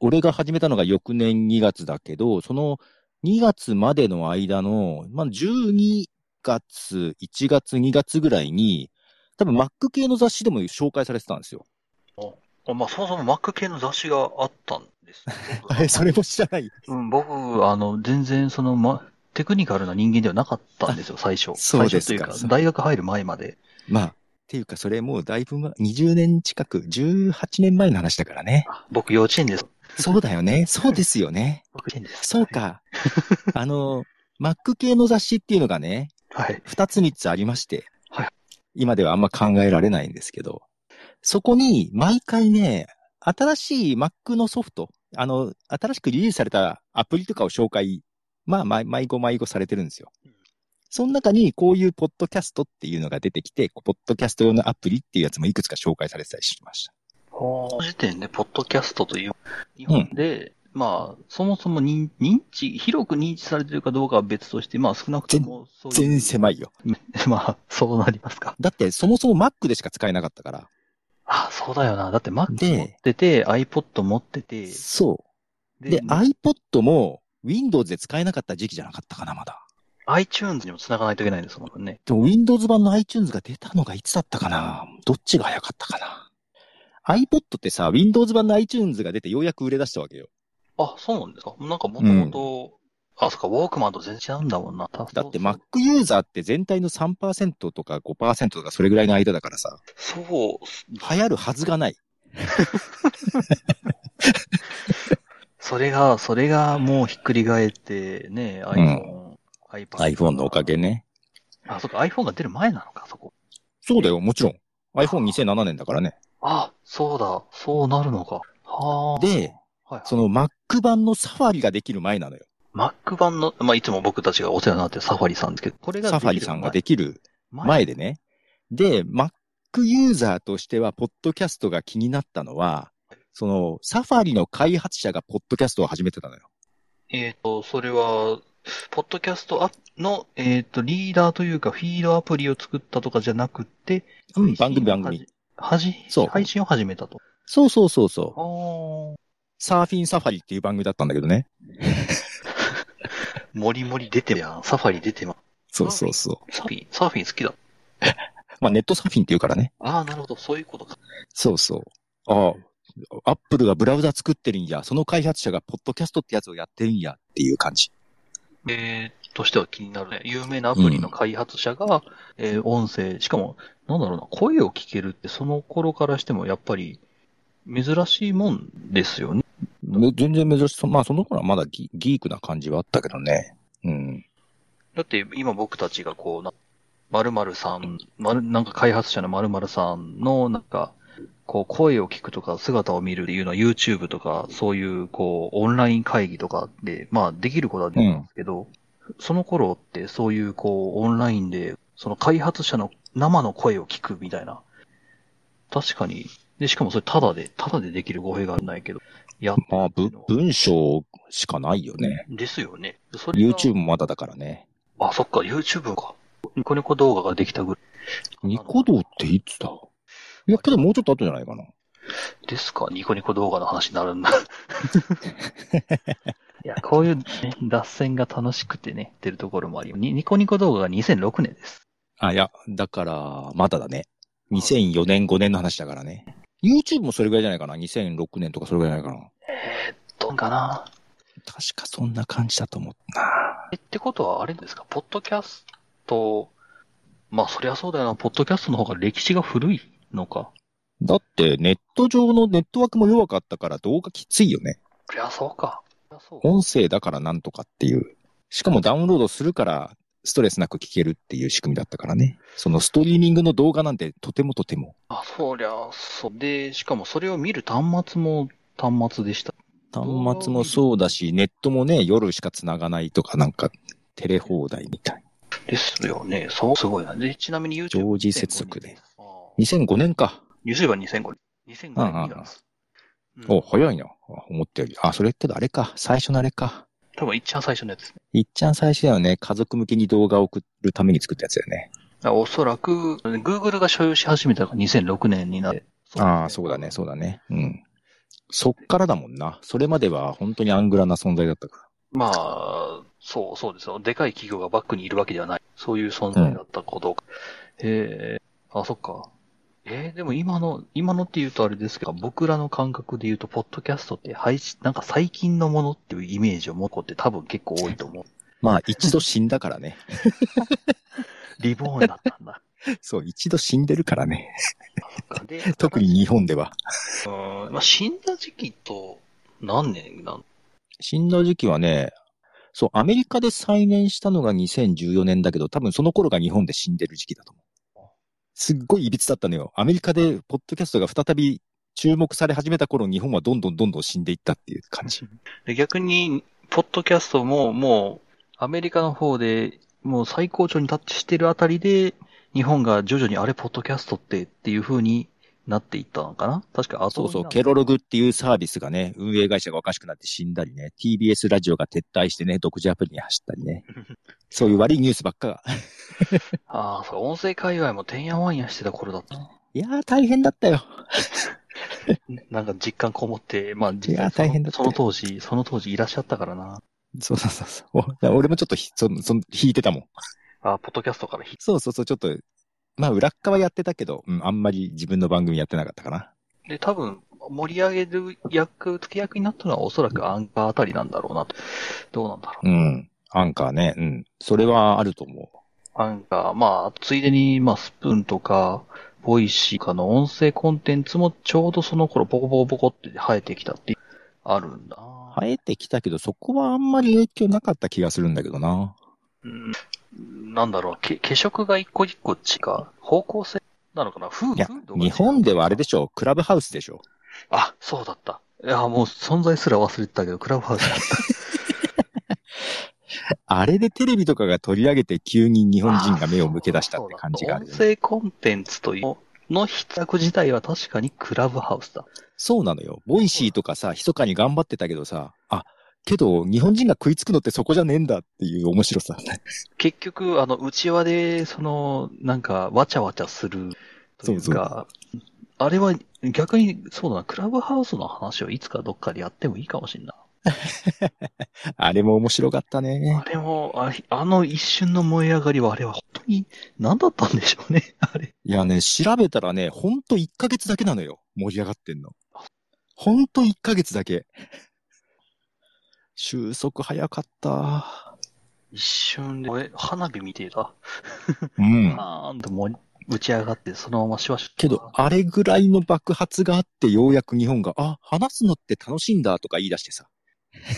Speaker 2: 俺が始めたのが翌年2月だけど、その2月までの間の、まあ、12月、1月、2月ぐらいに、多分 Mac 系の雑誌でも紹介されてたんですよ。
Speaker 1: ー、まあ、そもそも Mac 系の雑誌があったんです ね。
Speaker 2: それも知らない。
Speaker 1: うん、僕、あの、全然、その、ま、テクニカルな人間ではなかったんですよ、最初。
Speaker 2: そう
Speaker 1: 最
Speaker 2: ですか
Speaker 1: 初という
Speaker 2: そ
Speaker 1: か、
Speaker 2: う
Speaker 1: 大学入る前まで。
Speaker 2: まあ、っていうかそれもうだいぶま20年近く、18年前の話だからね。
Speaker 1: あ僕、幼稚園です。
Speaker 2: そうだよね。そうですよね。
Speaker 1: 僕、幼稚園です。
Speaker 2: そう か。あの、Mac 系の雑誌っていうのがね、
Speaker 1: はい。
Speaker 2: 二つ三つありまして、
Speaker 1: はい
Speaker 2: 今ではあんま考えられないんですけど、そこに毎回ね、新しい Mac のソフト、あの、新しくリリースされたアプリとかを紹介、まあ、毎毎後毎後されてるんですよ
Speaker 1: うん。
Speaker 2: その中にこういうポッドキャストっていうのが出てきて、ポッドキャスト用のアプリっていうやつもいくつか紹介されてたりしました。
Speaker 1: この時点で、ポッドキャストという、日本で、まあ、そもそも認認知、広く認知されてるかどうかは別として、まあ少なくとも、そういう。
Speaker 2: 全狭いよ。
Speaker 1: まあ、そうなりますか。
Speaker 2: だってそもそも Mac でしか使えなかったから。
Speaker 1: あ、そうだよな。だって Mac
Speaker 2: で
Speaker 1: 持ってて、iPod 持ってて、
Speaker 2: そ
Speaker 1: で
Speaker 2: う。で、iPod も Windows で使えなかった時期じゃなかったかな、まだ。
Speaker 1: iTunes にも繋がないといけないんですもんね。
Speaker 2: でも Windows 版の iTunes が出たのがいつだったかなどっちが早かったかな ?iPod ってさ、Windows 版の iTunes が出てようやく売れ出したわけよ。
Speaker 1: あ、そうなんですか。なんかもともと、あ、そっか、ウォークマンと全然違うんだもんな。だ
Speaker 2: だって Mac ユーザーって全体の3%とか5%とかそれぐらいの間だからさ、
Speaker 1: そう、
Speaker 2: 流行るはずがない。
Speaker 1: それが、それがもうひっくり返って、ね、iPhone、iPad。
Speaker 2: iPhone のおかげね。
Speaker 1: あ、そっか、iPhone が出る前なのか、そこ。
Speaker 2: そうだよ、もちろん。iPhone2007 年だからね。
Speaker 1: あ、そうだ、そうなるのか。はあ。
Speaker 2: で、
Speaker 1: はい、
Speaker 2: その Mac 版のサファリができる前なのよ。
Speaker 1: Mac 版の、まあ、いつも僕たちがお世話になってるサファリさんですけど、これが
Speaker 2: サファリさんがで
Speaker 1: き
Speaker 2: きる
Speaker 1: る前
Speaker 2: 前でね。で、Mac Mac ユーザーとしては、ポッドキャストが気になったのは、その、サファリの開発者がポッドキャストを始めてたのよ。
Speaker 1: えっ、と、それは、ポッドキャストアの、えっ、と、リーダーというか、フィードアプリを作ったとかじゃなくて、
Speaker 2: うん、番
Speaker 1: 配信
Speaker 2: 組
Speaker 1: を
Speaker 2: 番組。
Speaker 1: はじ、
Speaker 2: そう
Speaker 1: 配信を始めたと。
Speaker 2: そうそうそうそう。
Speaker 1: おー。
Speaker 2: サーフィンサファリっていう番組だったんだけどね。
Speaker 1: もりもり出てるやん。サファリ出てま
Speaker 2: そうそうそう。
Speaker 1: す。サーフィン、サーフィン好きだ。
Speaker 2: まあ、ネットサーフィンっていうからね。
Speaker 1: ああ、なるほど。そういうことか。
Speaker 2: そうそう。ああ、アップルがブラウザ作ってるんや。その開発者がポッドキャストってやつをやってるんやっていう感じ。
Speaker 1: えー、としては気になるね。有名なアプリの開発者が、えー音声、しかも、なんだろうな、声を聞けるって、その頃からしても、やっぱり、珍しいもんですよね。
Speaker 2: む全然珍しそう。まあ、その頃はまだギギークな感じはあったけどね。うん。
Speaker 1: だって、今僕たちがこう、な〇〇さん、〇なんか開発者の〇〇さんの、なんか、こう、声を聞くとか、姿を見るっていうのは YouTube とか、そういう、こう、オンライン会議とかで、まあ、できることはできるんですけど、その頃って、そういう、こう、オンラインで、その開発者の生の声を聞くみたいな。確かに。で、しかもそれ、ただで、ただでできる語弊がないけど、やっ
Speaker 2: まあ、ぶ文章しかないよね。
Speaker 1: ですよね。それが
Speaker 2: YouTube もまだだからね。
Speaker 1: あ、そっか、YouTube か。ニコニコ動画ができたぐらい
Speaker 2: ニコ動っていつだいや、けどもうちょっと後じゃないかな。
Speaker 1: ですかニコニコ動画の話になるんだ。いや、こういう、ね、脱線が楽しくてね、出るところもありにニコニコ動画が2006年です。
Speaker 2: あ、いや、だから、まだだね。2004年、5年の話だからね。YouTube もそれぐらいじゃないかな。2006年とかそれぐらいじゃないかな。
Speaker 1: どうかな
Speaker 2: 確かそんな感じだと思ったな。
Speaker 1: え、ってことはあれですかポッドキャスト、まあそりゃそうだよな、ポッドキャストの方が歴史が古いのか。
Speaker 2: だって、ネット上のネットワークも弱かったから動画きついよね。
Speaker 1: そりゃそうか。そりゃそう
Speaker 2: 音声だからなんとかっていう。しかもダウンロードするから、ストレスなく聞けるっていう仕組みだったからね。そのストリーミングの動画なんてとてもとても。
Speaker 1: あ、そりゃそう。で、しかもそれを見る端末も端末でした。
Speaker 2: 端末もそうだし、ネットもね、夜しか繋がないとかなんか、テレ放題みたい。
Speaker 1: ですよね。そう、すごいな。で、ちなみに YouTube。
Speaker 2: 常時接続で。
Speaker 1: あー。
Speaker 2: 2005年か。
Speaker 1: ユーチューバー2005年。2005年2月。うん
Speaker 2: お、早いな。あ思ったより。あ、それけどあれか。最初のあれか。
Speaker 1: 多分一番最初のやつね。
Speaker 2: いっちゃん最初だよね。家族向けに動画を送るために作ったやつだよね。
Speaker 1: だからおそらく、Google が所有し始めたのが2006年になって。
Speaker 2: ああ、そうだね、そうだね。うん。そっからだもんな。それまでは本当にアングラな存在だったか
Speaker 1: まあ、そう、そうですよ。でかい企業がバックにいるわけではない。そういう存在だったことか。ええあ、そっか。えーでも今の、今のって言うとあれですけど、僕らの感覚で言うと、ポッドキャストって配信、なんか最近のものっていうイメージを持つ子って多分結構多いと思う。
Speaker 2: ら。まあ、一度死んだからね。
Speaker 1: リボーンだったんだ。
Speaker 2: そう、一度死んでるから ね。
Speaker 1: そっかで
Speaker 2: 特に日本では。
Speaker 1: うーんまあ、死んだ時期と何年なん
Speaker 2: 死んだ時期はね、そう、アメリカで再燃したのが2014年だけど、多分その頃が日本で死んでる時期だと思う。すっごい歪だったのよ。アメリカでポッドキャストが再び注目され始めた頃、日本はどんどんどんどん死んでいったっていう感じ。
Speaker 1: で逆に、ポッドキャストももう、アメリカの方で、もう最高潮にタッチしてるあたりで、日本が徐々にあれ、ポッドキャストってっていう風になっていったのかな確か、あ
Speaker 2: そうそう、ケロログっていうサービスがね、運営会社がおかしくなって死んだりね、TBS ラジオが撤退してね、独自アプリに走ったり ね。そういう悪いニュースばっかが。
Speaker 1: ああ、そう、音声界隈もてんやわんやしてた頃だった。
Speaker 2: いやー、大変だったよ。
Speaker 1: なんか実感こもって、まあ、実
Speaker 2: いや
Speaker 1: 際その
Speaker 2: ー大変だった
Speaker 1: その当時、その当時いらっしゃったからな。
Speaker 2: そうそうそうそう。お俺もちょっとひそのその引いてたもん。
Speaker 1: ああ、ポッドキャストからひ
Speaker 2: そうそうそう、ちょっと、まあ、裏っ側やってたけど、うん、あんまり自分の番組やってなかったかな。
Speaker 1: で、多分、盛り上げる役、付け役になったのはおそらくアンカーあたりなんだろうなと。どうなんだろう。
Speaker 2: うん。アンカーね、うん。それはあると思
Speaker 1: アンカー、まあ、ついでに、まあ、スプーンとか、ボイシーとかの音声コンテンツもちょうどその頃、ボコボコボコって生えてきたって、あるんだ。
Speaker 2: う。
Speaker 1: は
Speaker 2: 生えてきたけど、そこはあんまり影響なかった気がするんだけどな。
Speaker 1: い。なんだろう、け化粧が一個一個違う。方向性なのかな風
Speaker 2: いや
Speaker 1: 風土、が違う
Speaker 2: 日本ではあれでしょクラブハウスでしょ
Speaker 1: あ、そうだった。いや、もう存在すら忘れてたけど、クラブハウスだった。
Speaker 2: あれでテレビとかが取り上げて急に日本人が目を向け出したって感じがあるよ
Speaker 1: そう
Speaker 2: ね
Speaker 1: だ音声コンテンツという、の比較自体は確かにクラブハウスだ。
Speaker 2: そうなのよ。ボイシーとかさ、密かに頑張ってたけどさ、あ、けど日本人が食いつくのってそこじゃねえんだっていう面白さ。
Speaker 1: 結局、あの、内輪で、その、なんか、わちゃわちゃするというか、あれは逆に、そうだな、クラブハウスの話をいつかどっかでやってもいいかもしんな
Speaker 2: あれも面白かった
Speaker 1: い。
Speaker 2: ね
Speaker 1: あ。れも、あれあの一瞬の燃え上がりは、あれは本当に何だったんでしょうね、 あれ。
Speaker 2: いやね、調べたらね、ほんと1ヶ月だけなのよ。盛り上がってんの。ほんと1ヶ月だけ。収束早かった。
Speaker 1: 一瞬で、え花火見てた。
Speaker 2: うん。
Speaker 1: あーんともう打ち上がって、そのままシュワシュワ。
Speaker 2: けど、あれぐらいの爆発があって、ようやく日本が、あ、話すのって楽しいんだとか言い出してさ。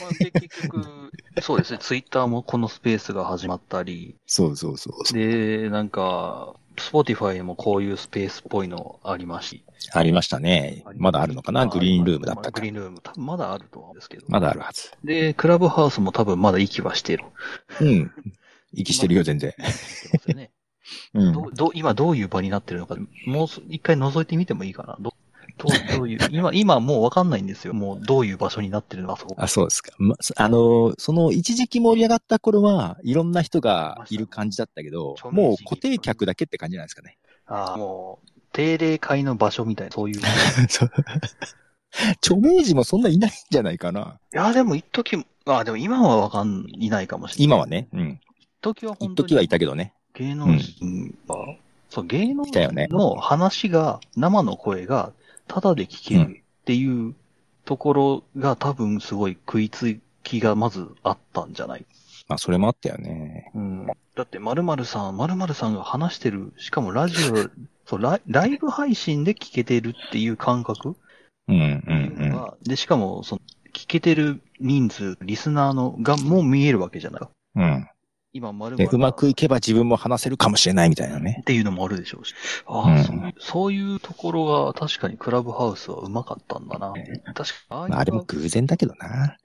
Speaker 1: まあ、で結局、 そうですね、ツイッターもこのスペースが始まったり、
Speaker 2: そうそうそう
Speaker 1: で、なんか、スポティファイもこういうスペースっぽいのありますし。
Speaker 2: ありましたね。まだあるのかなグリーンルームだった
Speaker 1: グ
Speaker 2: か
Speaker 1: リー。ンルーム、多分まだあるとは思うんですけど。
Speaker 2: まだあるはず。
Speaker 1: で、クラブハウスも多分まだ息はしてる。
Speaker 2: うん。息してるよ、全然。
Speaker 1: してますよ ね
Speaker 2: うん。
Speaker 1: どうどう今どういう場になってるのか、もうす一回覗いてみてもいいかな。どどうどういう、 今、今もうわかんないんですよ。もうどういう場所になってるのか、そこ。
Speaker 2: あ、そうですか。ま、そあの、その一時期盛り上がった頃は、いろんな人がいる感じだったけど
Speaker 1: 著、名人
Speaker 2: もう固定客だけって感じなんですかね。
Speaker 1: あーもう、定例会の場所みたいな、そう いう。
Speaker 2: そう著名人もそんないないんじゃないかな。
Speaker 1: いや、でも、一時ああ、でも今はわかん、いないかもしれない。
Speaker 2: 今は。ね。うん。
Speaker 1: 一時は本
Speaker 2: 一
Speaker 1: 当
Speaker 2: 時は
Speaker 1: に
Speaker 2: いたけどね。
Speaker 1: 芸能人は、そう、芸能
Speaker 2: いたよね
Speaker 1: 人の話が、生の声が、ただで聞け
Speaker 2: う
Speaker 1: るっていうところが、多分すごい食いつきがまずあったんじゃない
Speaker 2: まあ、それもあったよね。
Speaker 1: うん。だって、〇〇さん、〇〇さんが話してる、しかもラジ オ、そうライ、ライブ配信で聞けてるっていう感覚
Speaker 2: うん、う、
Speaker 1: っていうんの
Speaker 2: うん。
Speaker 1: がで、しかも、その、聞けてる人数、リスナーの、が、も見えるわけじゃない
Speaker 2: うん。
Speaker 1: 今、丸
Speaker 2: で、うまくい
Speaker 1: っ
Speaker 2: けば自分も話せるかもしれないみたいなね。
Speaker 1: ていうのもあるでしょうし。ああ、
Speaker 2: うん
Speaker 1: そういうそういうところが確かにクラブハウスはうまかったんだな。確か
Speaker 2: まあ、あれも偶然だけどな。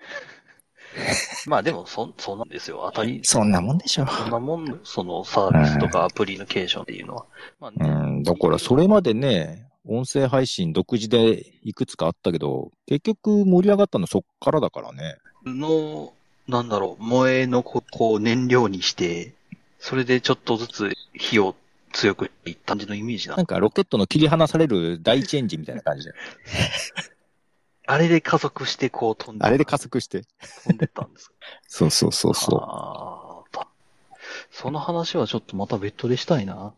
Speaker 1: まあでもそ、そうなんですよ。当たり、
Speaker 2: そんなもんでしょ。
Speaker 1: そんなもん、そのサービスとかアプリのケーションっていうのは。ま
Speaker 2: う
Speaker 1: あ
Speaker 2: ん、だからそれまでね、音声配信独自でいくつかあったけど、結局盛り上がったのそっからだからね。
Speaker 1: の、なんだろう、萌えのここう燃料にして、それでちょっとずつ火を強くいった感じのイメージだ
Speaker 2: なん。かロケットの切り離される第一エンジンみたいな感じで。
Speaker 1: あれで加速してこう飛んで、
Speaker 2: あれで加速して。
Speaker 1: 飛んでったん です
Speaker 2: そうそうそうそ
Speaker 1: あーたその話はちょっとまた別途でしたいな。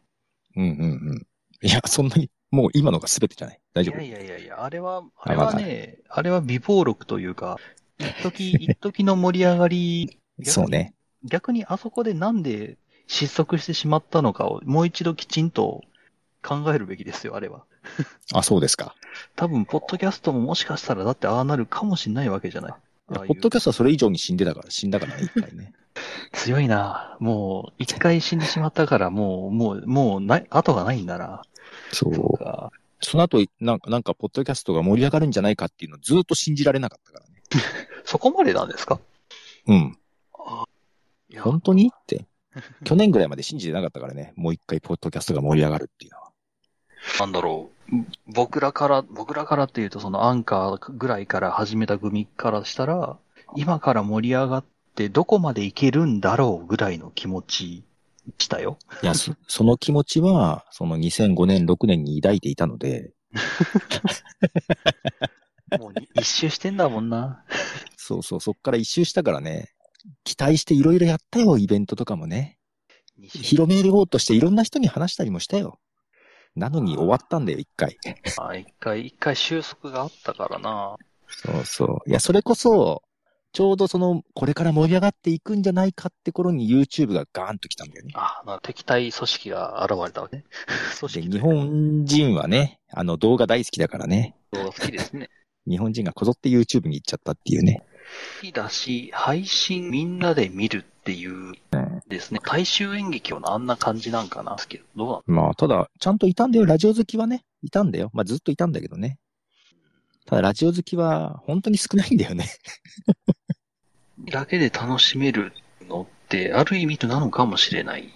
Speaker 2: う。うんうんうん。いや、そんなに、もう今のが全てじゃない。大
Speaker 1: い
Speaker 2: 丈夫
Speaker 1: や。いやいやいや、あれは、あ
Speaker 2: あ
Speaker 1: れ
Speaker 2: ま
Speaker 1: は
Speaker 2: だ
Speaker 1: ね、あれは微暴録というか、一 時、一時の盛り上がり、
Speaker 2: そうね。
Speaker 1: 逆にあそこでなんで失速してしまったのかをもう一度きちんと考えるべきですよ、あれは。
Speaker 2: あ、そうですか。
Speaker 1: 多分、ポッドキャストももしかしたらだってああなるかもしんないわけじゃない。ああいう
Speaker 2: ポッドキャストはそれ以上に死んでたから、死んだからね、一回ね。
Speaker 1: 強いなもう、一回死んでしまったから、もう、もう、もう、ない、後がないんだな。
Speaker 2: そ
Speaker 1: そう
Speaker 2: う。
Speaker 1: か。
Speaker 2: その後、なんか、なんか、ポッドキャストが盛り上がるんじゃないかっていうのをずっと信じられなかったからね。
Speaker 1: そこまでなんですか
Speaker 2: うん。
Speaker 1: いや
Speaker 2: 本当 にって。去年ぐらいまで信じてなかったからね。もう一回ポッドキャストが盛り上がるっていうのは。
Speaker 1: なんだろう。僕らから、僕らからっていうと、そのアンカーぐらいから始めた組からしたら、今から盛り上がってどこまでいけるんだろうぐらいの気持ちしたよ。
Speaker 2: いや、そ その気持ちは、その2005年、6年に抱いていたので、
Speaker 1: もうに 一周してんだもんな。
Speaker 2: そうそう、そっから一周したからね、期待していろいろやったよ、イベントとかもね。
Speaker 1: 二周
Speaker 2: 広めようとしていろんな人に話したりもしたよ。なのに終わったんだよ、一回。
Speaker 1: あ一回、一回収束があったからな。
Speaker 2: そうそう。いや、それこそ、ちょうどその、これから盛り上がっていくんじゃないかって頃に YouTube がガーンと来たんだよね。
Speaker 1: あ、な敵対組織が現れたわけね。組
Speaker 2: で、
Speaker 1: 織
Speaker 2: 日本人はね、あの動画大好きだからね。
Speaker 1: が好きですね。
Speaker 2: 日本人がこぞって YouTube に行っちゃったっていうね。
Speaker 1: 好きだし、配信みんなで見るっていうですね。大衆演劇はあんな感じなんかな。ですけど、どうなの
Speaker 2: まあ、ただ、ちゃんといたんだよ。ラジオ好きはね。いたんだよ。まあ、ずっといたんだけどね。ただ、ラジオ好きは、本当に少ないんだよね。
Speaker 1: だけで楽しめるのって、ある意味となのかもしれない。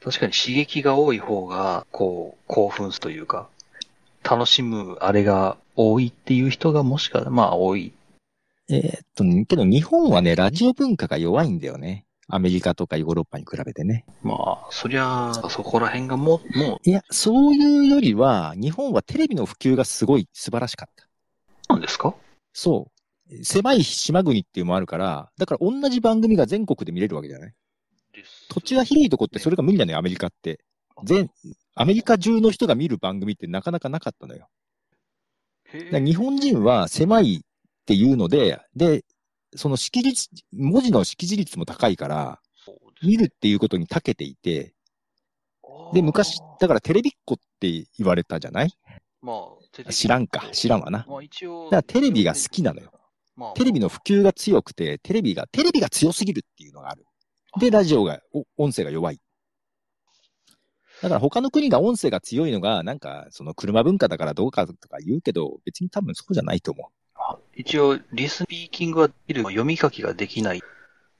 Speaker 1: 確かに刺激が多い方が、こう、興奮するというか、楽しむあれが多いっていう人がもしか、まあ多い。
Speaker 2: えーっと、けど日本はね、ラジオ文化が弱いんだよね。アメリカとかヨーロッパに比べてね。
Speaker 1: まあ、そりゃ、そこら辺がもう、もう、
Speaker 2: いや、そういうよりは、日本はテレビの普及がすごい素晴らしかった。
Speaker 1: なんですか
Speaker 2: そう。狭い島国っていうのもあるから、だから同じ番組が全国で見れるわけじゃない土地が広いとこってそれが無理なのよ、アメリカって。全、アメリカ中の人が見る番組ってなかなかなかったのよ。だから日本人は狭いっていうので、で、その識字率、文字の識字率も高いから、見るっていうことに長けていて、で、昔、だからテレビっ子って言われたじゃない
Speaker 1: まあ、テレビ
Speaker 2: 知らんか知らんわな
Speaker 1: まあ一応。
Speaker 2: だからテレビが好きなのよ。
Speaker 1: まあ
Speaker 2: テレビの普及が強くて、テレビが、テレビが強すぎるっていうのがある。で、ラジオが、お音声が弱い。だから他の国が音声が強いのが、なんか、その車文化だからどうかとか言うけど、別に多分そうじゃないと思
Speaker 1: 一応、リスピーキングはできる、読み書きができない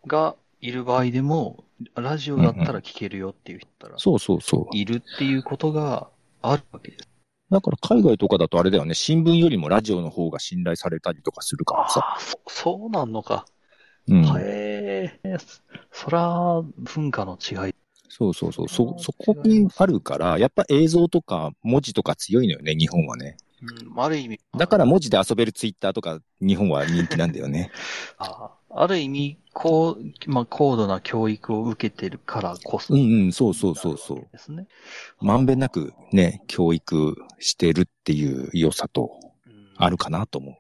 Speaker 1: がいる場合でも、ラジオだったら聞けるよっていう人だったら
Speaker 2: う。、そうそうそう。
Speaker 1: いるっていうことがあるわけです。
Speaker 2: だから海外とかだとあれだよね、新聞よりもラジオの方が信頼されたりとかするからさ。
Speaker 1: あ、そそうなんのか。
Speaker 2: うん。
Speaker 1: へえ、そら、文化の違い。
Speaker 2: そうそうそう。
Speaker 1: あ
Speaker 2: そ、
Speaker 1: ー
Speaker 2: そこにあるから、やっぱ映像とか文字とか強いのよね、日本はね。
Speaker 1: うん、ある意味。
Speaker 2: だから文字で遊べるツイッターとか日本は人気なんだ よね。
Speaker 1: あある意味、こう、まあ、高度な教育を受けてるからこそ。
Speaker 2: うんうん、そうそうそうそう。
Speaker 1: ですね。
Speaker 2: まんべんなくね、教育してるっていう良さと
Speaker 1: うん
Speaker 2: あるかなと思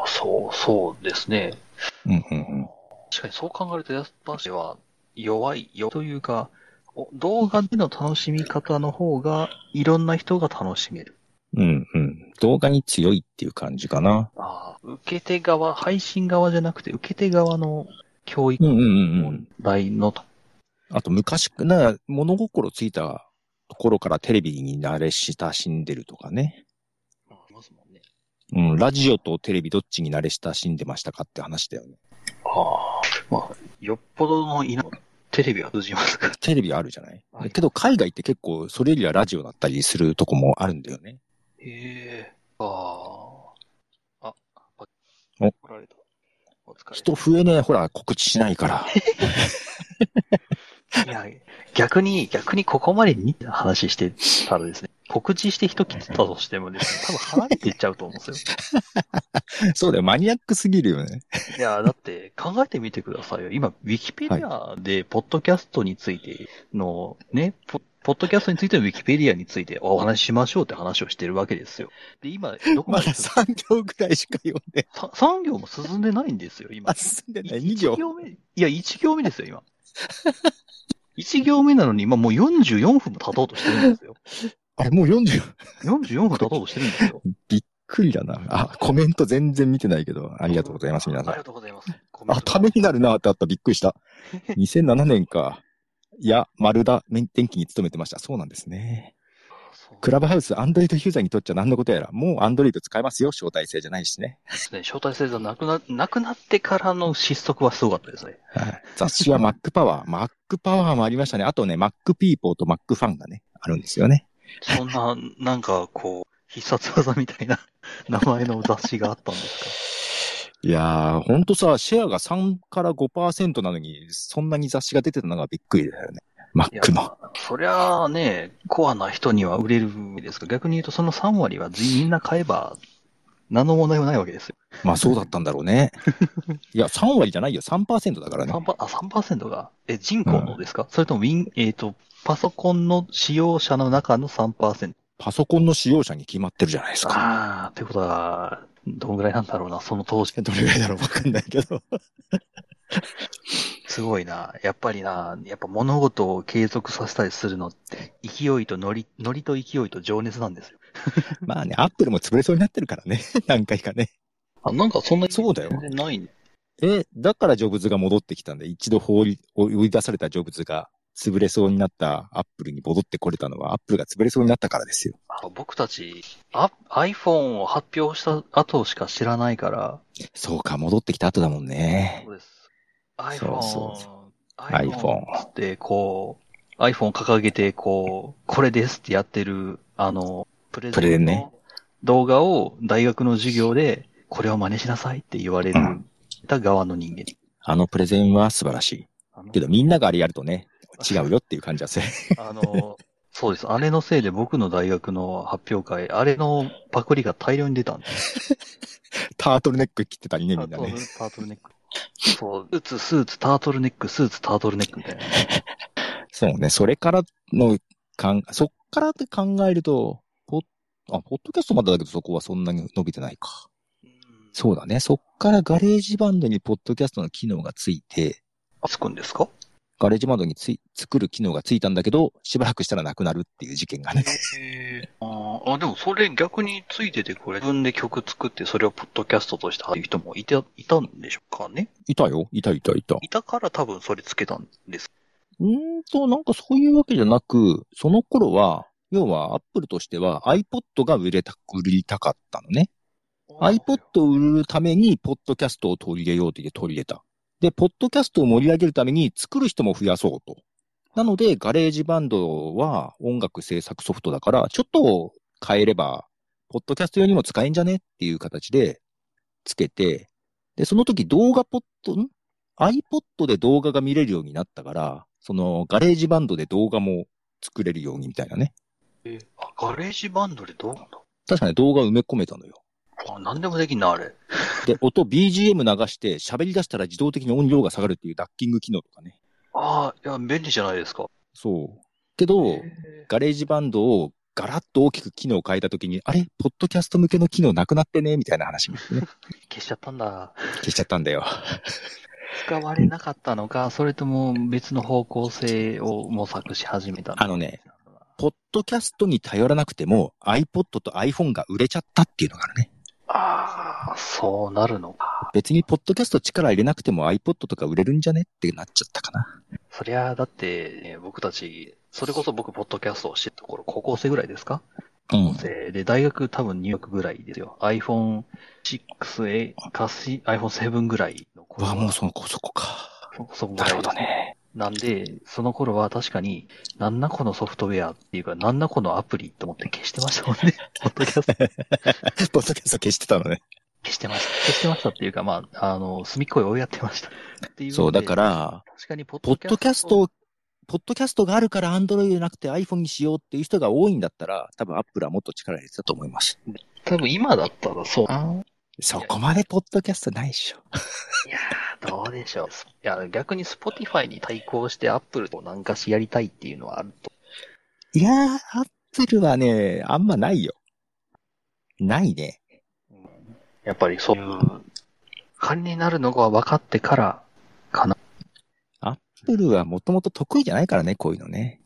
Speaker 1: ああ、そう、そうですね。
Speaker 2: う。うんうんうん。
Speaker 1: 確かにそう考えると、やっぱしは弱いよというか、お動画での楽しみ方の方が、いろんな人が楽しめる。
Speaker 2: うんうん。動画に強いっていう感じかな。
Speaker 1: ああ、受け手側、配信側じゃなくて、受け手側の教育
Speaker 2: うんうんうんう
Speaker 1: 問
Speaker 2: ん。
Speaker 1: 題のと、
Speaker 2: あと昔、な物心ついた頃からテレビに慣れ親しんでるとかね。
Speaker 1: ありますもんね。
Speaker 2: うん、ラジオとテレビどっちに慣れ親しんでましたかって話だよね。
Speaker 1: ああ、まあ、よっぽどのいな、テレビは通じますから。
Speaker 2: テレビあるじゃない、
Speaker 1: はい
Speaker 2: けど海外って結構それよりはラジオだったりするとこもあるんだよね。
Speaker 1: ええああ。あ、ば
Speaker 2: お
Speaker 1: 怒られた。お疲れ。
Speaker 2: 人増えねえ、ほら告知しない から。
Speaker 1: いや、逆に、逆にここまでに話してたらですね、告知して人来てたとしてもです ね、多分離れていっちゃうと思うんですよ。
Speaker 2: そうだよ、マニアックすぎるよね。
Speaker 1: いや、だって考えてみてくださいよ。今、ウィキペディアで、ポッドキャストについての、ね、ポポッドキャストについてのウィキペディアについてお話ししましょうって話をしてるわけですよ。で、今、どこ
Speaker 2: ま
Speaker 1: ま で
Speaker 2: だ
Speaker 1: 進
Speaker 2: 3行ぐらいしか読んで、
Speaker 1: さ産業も進んでないんですよ、今
Speaker 2: あ、。進んでない、2
Speaker 1: 1
Speaker 2: 行。
Speaker 1: 行目、いや、1行目ですよ、今。1行目なのに、今もう44分も経とうとしてるんですよ。
Speaker 2: あれ、もう40。
Speaker 1: 44分経とうとしてるんですよ。
Speaker 2: くりだな。あ、コメント全然見てないけど、 ありがとうございます、皆さ
Speaker 1: あり
Speaker 2: ん。
Speaker 1: がとうございます。コメン
Speaker 2: あ、
Speaker 1: ト
Speaker 2: ためになるなってあった、びっくりした。2007年か。いや、丸田、電気に勤めてました。そうなんですね。
Speaker 1: そう
Speaker 2: クラブハウス、アンドロイドユーザーにとっちゃ何のことやら、もうアンドロイド使えますよ、招待制じゃないしね。
Speaker 1: ですね。招待制度なくな、なくなってからの失速はすごかったですね。
Speaker 2: はい雑誌は Mac パワー、Mac パワーもありましたね。あとね、Mac ピーポーと Mac ファンがね、あるんですよね。
Speaker 1: そん な、なんか、こう、必殺技みたいな 名前の雑誌があったんです
Speaker 2: いやー、ほんとさ、シェアが3から5%なのに、そんなに雑誌が出てたのがびっくりだよね。Mac の。
Speaker 1: か。そりゃあね、コアな人には売れるんですが、逆に言うとその3割はみんな買えば、何の問題もないわけですよ。
Speaker 2: まあそうだったんだろうね。いや、3割じゃないよ、3%だからね
Speaker 1: 3。パあ、3%が、え、人口のですか、それともウィン、えっ、と、パソコンの使用者の中の3%。
Speaker 2: パソコンの使用者に決まってるじゃないですか。
Speaker 1: ああ、ということは、どのぐらいなんだろうな、その当時。
Speaker 2: どれぐらいだろうわかんないけど。
Speaker 1: すごいな。やっぱりな、やっぱ物事を継続させたりするのって、勢いとノリ、ノリと勢いと情熱なんですよ。
Speaker 2: まあね、アップルも潰れそうになってるからね。 何回かね。
Speaker 1: あ、なんかそんな
Speaker 2: そうだよ
Speaker 1: 全然ないね。
Speaker 2: え、だからジョブズが戻ってきたんで、一度放り、追い出されたジョブズが潰れそうになったアップルに戻ってこれたのは、アップルが潰れそうになったからですよ。
Speaker 1: あ僕たち、あ iPhone を発表した後しか知らないから、
Speaker 2: そうか、戻ってきた後だもんね
Speaker 1: そ。うです。
Speaker 2: そう
Speaker 1: iPhone
Speaker 2: そう、
Speaker 1: iPhone つってこう、 iPhone 掲げて、こう、これですってやってる、あの、プレ
Speaker 2: プレ
Speaker 1: ゼ
Speaker 2: ゼ
Speaker 1: ン
Speaker 2: ン
Speaker 1: の
Speaker 2: ね
Speaker 1: 動画を大学の授業で、これを真似しなさいって言われる
Speaker 2: うん
Speaker 1: た側の人間。
Speaker 2: あのプレゼンは素晴らしい。
Speaker 1: あの
Speaker 2: けどみんながあれやるとね、違うよっていう感じ はする。
Speaker 1: あの、そうです。あれのせいで僕の大学の発表会、あれのパクリが大量に出たんです。
Speaker 2: タートルネック切ってたりね、
Speaker 1: タ
Speaker 2: み
Speaker 1: ー
Speaker 2: んな
Speaker 1: トル
Speaker 2: ね。
Speaker 1: タートルネック。そう、スーツ、スーツ、タートルネック、スーツ、タートルネックみたいな。
Speaker 2: そうね、それからのかん、そっからって考えると、ポッ、あ、ポッドキャストまだだけどそこはそんなに伸びてないか。そうだね、そっからガレージバンドにポッドキャストの機能がついて、
Speaker 1: あつくんですか
Speaker 2: ガレージバンドについ、作る機能がついたんだけど、しばらくしたらなくなるっていう事件がね。
Speaker 1: えあーあ、でもそれ逆についててこれ、自分で曲作ってそれをポッドキャストとして入る人もいて、いたんでしょうかね
Speaker 2: いたよ、いたいたいた。
Speaker 1: いたから多分それつけたんです。
Speaker 2: うーんと、なんかそういうわけじゃなく、その頃は、要はアップルとしては iPod が売れた、売りたかったのね。iPod を売るために、ポッドキャストを取り入れようと言って取り入れた。で、ポッドキャストを盛り上げるために作る人も増やそうと。なので、ガレージバンドは音楽制作ソフトだから、ちょっと変えれば、ポッドキャスト用にも使えんじゃねっていう形で、つけて、で、その時動画ポッド、ん iPod で動画が見れるようになったから、そのガレージバンドで動画も作れるようにみたいなね。
Speaker 1: えーあ、ガレージバンドでどうなんだ
Speaker 2: 確かに動画埋め込めたのよ。
Speaker 1: あ、なんでもできんな、あれ。
Speaker 2: で、音 BGM 流して喋り出したら自動的に音量が下がるっていうダッキング機能とかね。
Speaker 1: ああ、いや、便利じゃないですか。
Speaker 2: そう。けど、
Speaker 1: え
Speaker 2: ガレージバンドをガラッと大きく機能を変えた時に、あれポッドキャスト向けの機能なくなってねみたいな話も ね。
Speaker 1: ー消しちゃったんだ。
Speaker 2: 消しちゃったんだよ。
Speaker 1: 使われなかったのか、それとも別の方向性を模索し始めたのか
Speaker 2: あのね。ポッドキャストに頼らなくても iPod と iPhone が売れちゃったっていうのがあるね。
Speaker 1: ああ、そうなるのか。
Speaker 2: 別にポッドキャスト力入れなくても iPod とか売れるんじゃねってなっちゃったかな。
Speaker 1: そりゃ、だって、ね僕たち、それこそ僕、ポッドキャストをしてた頃、高校生ぐらいですか
Speaker 2: うん。
Speaker 1: でで、大学多分入学ぐらいですよ。iPhone 6A かし、iPhone 7ぐらいの頃
Speaker 2: わ、
Speaker 1: は
Speaker 2: もうそのこそこか。
Speaker 1: そ、そこぐ
Speaker 2: な
Speaker 1: らい
Speaker 2: るほどね。
Speaker 1: なんで、その頃は確かに、なんだこのソフトウェアっていうか、なんだこのアプリと思って消してましたもん ね。ポッドキャスト
Speaker 2: ポッドキャスト消してたのね。
Speaker 1: 消してました。消してましたっていうか、まあ、あの、隅っこを追いやってました。っていう、
Speaker 2: そう、だからら、
Speaker 1: 確かにポ
Speaker 2: ポッドキャス
Speaker 1: を
Speaker 2: ト、ポッドキャストがあるから Android じゃなくて iPhone にしようっていう人が多いんだったら、多分 Apple はもっと力入れてたと思います。
Speaker 1: 多分今だったらそう。
Speaker 2: そこまでポッドキャストないっしょ。
Speaker 1: いやー、どうでしょう。いや、逆に Spotify に対抗して Apple と何かしやりたいっていうのはあると。
Speaker 2: いやー、Apple はね、あんまないよ。ないね。
Speaker 1: やっぱりそういう、管になるのが分かってから、かな。
Speaker 2: Apple はもともと得意じゃないからね、こういうのね。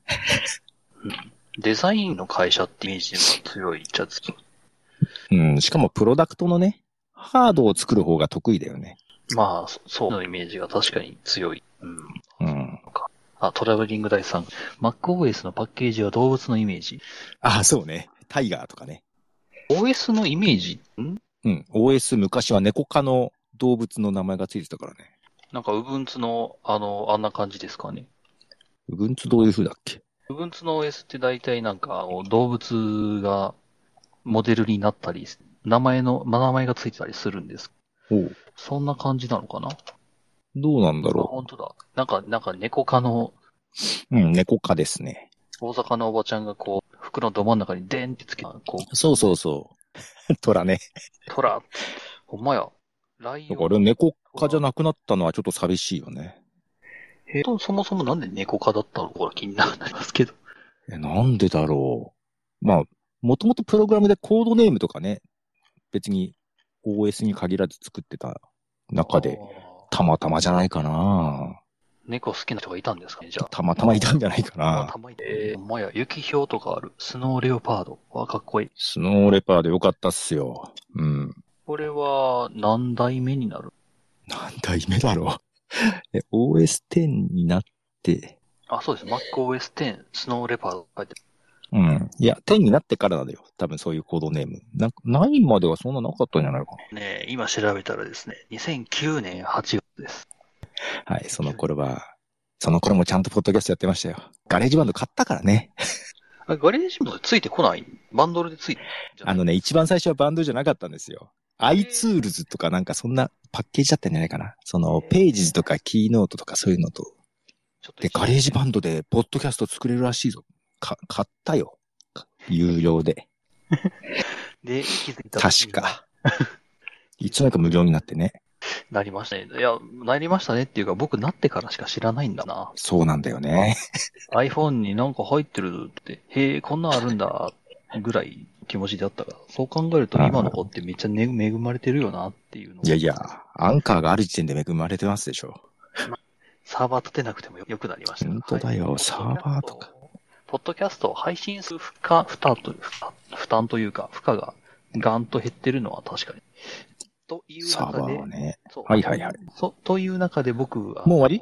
Speaker 1: デザインの会社ってイメージも強いっちゃつ
Speaker 2: うん、しかもプロダクトのね、ハードを作る方が得意だよね。
Speaker 1: まあ、そそうのイメージが確かに強い。うん。
Speaker 2: うん。
Speaker 1: あ、トラベリングダイスさん。MacOS のパッケージは動物のイメージ。
Speaker 2: ああ、そうね。タイガーとかね。
Speaker 1: OS のイメージ、ん
Speaker 2: うん。OS 昔は猫科の動物の名前がついてたからね。
Speaker 1: なんか、Ubuntu の、あの、あんな感じですかね。
Speaker 2: うぶんつどういう風だっけ
Speaker 1: Ubuntu の OS って大体なんか、あの動物がモデルになったり、名前の、ま名前がついてたりするんです。
Speaker 2: おう
Speaker 1: そんな感じなのかなあ、
Speaker 2: どうなんだろ
Speaker 1: 本当だ。なんか、なんか猫科の、
Speaker 2: う。うん、猫科ですね。
Speaker 1: 大阪のおばちゃんがこう、服のど真ん中にデンってつけた、こう、
Speaker 2: そうそうそう。 虎ね。
Speaker 1: トラ、ほんまや、ライ
Speaker 2: だ
Speaker 1: オ
Speaker 2: か
Speaker 1: ン。
Speaker 2: ら猫科じゃなくなったのはちょっと寂しいよね。
Speaker 1: えっと、そもそもなんで猫科だったのかこれ気になりますけど。
Speaker 2: え、なんでだろう。まあ、もともとプログラムでコードネームとかね、別に OS に限らず作ってた中で、
Speaker 1: あー
Speaker 2: たまたまじゃないかな。
Speaker 1: 猫好きな人がいたんですかね、じゃあ。
Speaker 2: たまたまいたんじゃないか
Speaker 1: まあ、
Speaker 2: な
Speaker 1: た。まに。えー、ほんまや、雪氷とかある。スノーレオパード。わ、かっこいい。
Speaker 2: スノーレパーでよかったっすよ。うん。
Speaker 1: これは、何代目になる
Speaker 2: なんだ、夢だろう。 え、OS10 になって、
Speaker 1: あ、そうです。MacOS10、スノーレパード書いて
Speaker 2: うん。いや、10になってからだよ。多分そういうコードネーム。な、ないまではそんななかったんじゃないか
Speaker 1: あるね今調べたらですね、2009年8月です。
Speaker 2: な。はい、その頃は、その頃もちゃんとポッドキャストやってましたよ。ガレージバンド買ったからね。
Speaker 1: あガレージバンドついてこないバンドルでついて
Speaker 2: あのね、一番最初はバンドじゃなかったんですよ。iTools とかなんかそんなパッケージだったんじゃないかな。その、ページズとかキーノートとかそういうのと。
Speaker 1: ちょっと
Speaker 2: で、ガレージバンドでポッドキャスト作れるらしいぞ。か、買ったよ。有料で。
Speaker 1: で、気づいた。
Speaker 2: 確。か。いつの間にか無料になってね。
Speaker 1: なりましたね。いや、なりましたねっていうか、僕なってからしか知らないんだな。
Speaker 2: そうなんだよね。
Speaker 1: iPhone になんか入ってるって、へえ、こんなんあるんだ、ぐらい気持ちであったから、そう考えると今の子ってめっちゃ、ね、恵まれてるよなっていうのを
Speaker 2: いやいや、アンカーがある時点で恵まれてますでしょ。
Speaker 1: サーバー立てなくてもよくなりました。
Speaker 2: 本当だよ
Speaker 1: はい
Speaker 2: サーバーとか。
Speaker 1: ポッドキャストを配信する負荷、負担と、負荷負担というか、負荷がガンと減ってるのは確かに。という
Speaker 2: サー
Speaker 1: 中
Speaker 2: バ
Speaker 1: で
Speaker 2: ーは、ね。
Speaker 1: そう
Speaker 2: はいはいはい。
Speaker 1: そという中で僕は、
Speaker 2: もう終わり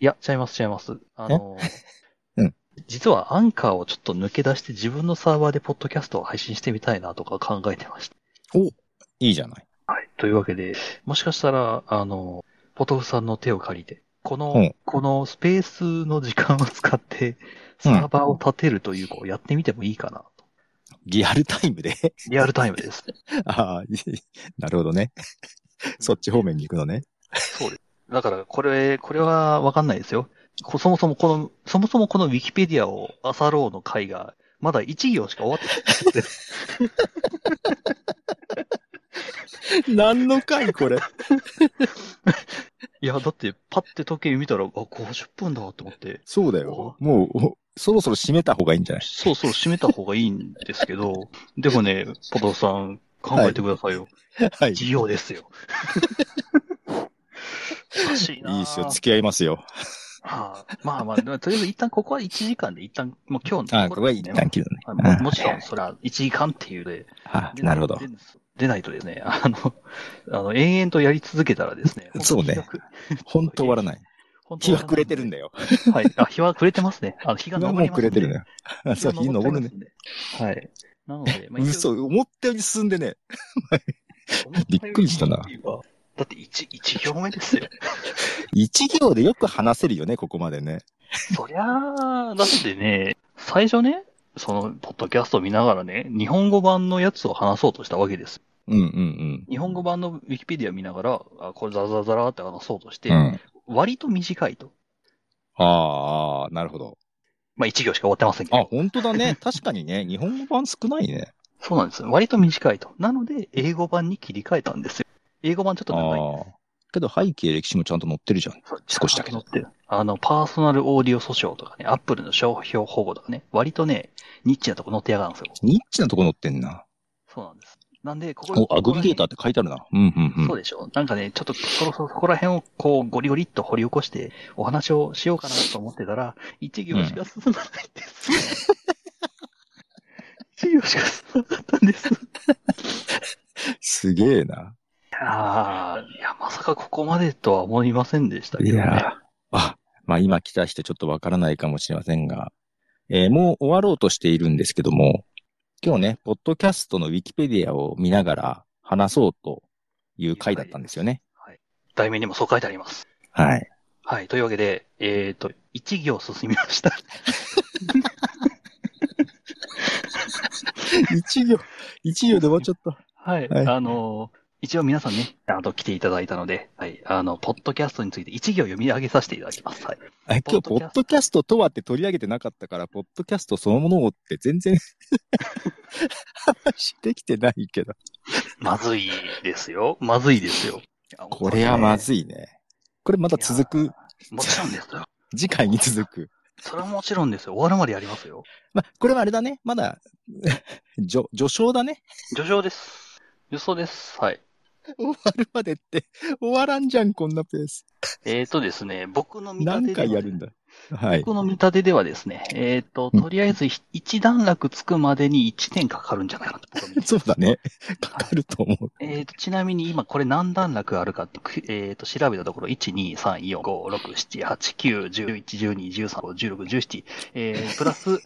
Speaker 1: いや、違います違います。あの、
Speaker 2: うん
Speaker 1: 実はアンカーをちょっと抜け出して自分のサーバーでポッドキャストを配信してみたいなとか考えてました。
Speaker 2: おいいじゃない。
Speaker 1: はい。というわけで、もしかしたら、あの、ポトフさんの手を借りて、この、
Speaker 2: うん
Speaker 1: このスペースの時間を使って、サーバーを立てるという、こう、やってみてもいいかなと。
Speaker 2: リアルタイムで。
Speaker 1: リアルタイムです。
Speaker 2: ああ、いい なるほどね。そっち方面に行くのね。
Speaker 1: だから、これ、これはわかんないですよ。こそもそもこの、そもそもこのウィキペディアをあさろうの回が、まだ1行しか終わってないです。
Speaker 2: 何の回これ。
Speaker 1: いや、だって、パッて時計見たら、あ、50分だと思って、
Speaker 2: そうだよ。もう、おそろそろ締めた方がいいんじゃない
Speaker 1: そうそう締めた方がいいんですけど、でもね、ポトフさん、考えてくださいよ。
Speaker 2: はい。
Speaker 1: 事業ですよ。おかしいなぁ
Speaker 2: いいっすよ。付き合いますよ。
Speaker 1: はあまあまあ、でもとりあえず一旦ここは1時間で、一旦、もう今日の
Speaker 2: ああ、これはい一旦切る
Speaker 1: は
Speaker 2: の
Speaker 1: い
Speaker 2: ね。
Speaker 1: ももちろん、それは1時間っていうで、
Speaker 2: あ
Speaker 1: で
Speaker 2: なるほど。
Speaker 1: で出ないとですね、あの、あの、延々とやり続けたらですね。
Speaker 2: そうね本当終わらない。
Speaker 1: 本当
Speaker 2: 日
Speaker 1: 終わらない。
Speaker 2: は暮れてるんだよ。
Speaker 1: よ。はい。あ、日は暮れてますね。あの、日
Speaker 2: 日
Speaker 1: が
Speaker 2: は
Speaker 1: 昇り
Speaker 2: も
Speaker 1: ます
Speaker 2: う暮れてるんだよ。あそう、日
Speaker 1: 昇
Speaker 2: 昇るね。。
Speaker 1: はい。なので、まあ
Speaker 2: 嘘、思ったように進んでね。びっくりしたな。
Speaker 1: 一応だって1、一行目ですよ。
Speaker 2: 一行でよく話せるよね、ここまでね。
Speaker 1: そりゃあ、だってね、最初ね、その、ポッドキャストを見ながらね、日本語版のやつを話そうとしたわけです。
Speaker 2: うんうん
Speaker 1: 日本語版のウィキペディア見ながら、あこれザラザラザラって話そうとして、
Speaker 2: うん。うん。
Speaker 1: 割と短いと。
Speaker 2: ああ、なるほど。
Speaker 1: まあ、1行しか終わってませんけ
Speaker 2: あ、
Speaker 1: ど。
Speaker 2: 本当だね。 確かにね、日本語版少ないね。
Speaker 1: そうなんですよ。割と短いと。なので、英語版に切り替えたんですよ。英語版ちょっと長いん
Speaker 2: ああ。けど背景歴史もちゃんと載ってるじゃん。
Speaker 1: です。
Speaker 2: 少しだけ
Speaker 1: 載ってる。あの、パーソナルオーディオ訴訟とかね、アップルの商標保護とかね、割とね、ニッチなとこ載ってやがるんですよ。
Speaker 2: ニッチなとこ載ってんな。
Speaker 1: そうなんです。なんで、ここ
Speaker 2: お、アグリゲーターって書いてあるな。うんうんうん。
Speaker 1: そうでしょなんかね、ちょっとそろそろそこら辺をこうゴリゴリっと掘り起こしてお話をしようかなと思ってたら、一行しか進まないんです。一行しか進まなかったんです。
Speaker 2: すげえな。
Speaker 1: ああ、いや、まさかここまでとは思いませんでしたけどね。
Speaker 2: ーあ、まあ今来た人ちょっとわからないかもしれませんが、えーもう終わろうとしているんですけども、今日ね、ポッドキャストのウィキペディアを見ながら話そうという回だったんですよね。
Speaker 1: 題名にもそう書いてあります。
Speaker 2: はい。
Speaker 1: はい。というわけで、えっ、と、一行進みました。
Speaker 2: 一行、一行で終わっちゃった。
Speaker 1: はい。
Speaker 2: はい
Speaker 1: あのー一応皆さんね、あの、来ていただいたので、はい。あの、ポッドキャストについて一行読み上げさせていただきます。はい。
Speaker 2: あ今日、ポッドキャストとはって取り上げてなかったから、ポッドキャストそのものをって全然、話できてないけど。
Speaker 1: まずいですよ。まずいですよ。
Speaker 2: これはま
Speaker 1: い
Speaker 2: ずいね。これまた続
Speaker 1: い
Speaker 2: く、
Speaker 1: や。もちろんですよ。
Speaker 2: 次回に続く。
Speaker 1: それはもちろんですよ。終わるまでやりますよ。
Speaker 2: まあ、これはあれだね。まだ、序、序章だね。
Speaker 1: 序章です。予想です。はい。
Speaker 2: 終わるまでって、終わらんじゃん、こんなペース。
Speaker 1: えっ、ー、とですね、僕の見立
Speaker 2: 何
Speaker 1: てでは
Speaker 2: 回やるんだ。はい。
Speaker 1: 僕の見立てではですね、えっ、と、
Speaker 2: うん
Speaker 1: とりあえずひ一段落つくまでに1年かかるんじゃないかなと僕は見て
Speaker 2: そうだね。かかると思う。
Speaker 1: えーと、ちなみに今これ何段落あるかって、くえっ、と、調べたところ、1、2、3、4、5、6、7、8、9、10、11、12、13、15、16、17、えー、プラ ス、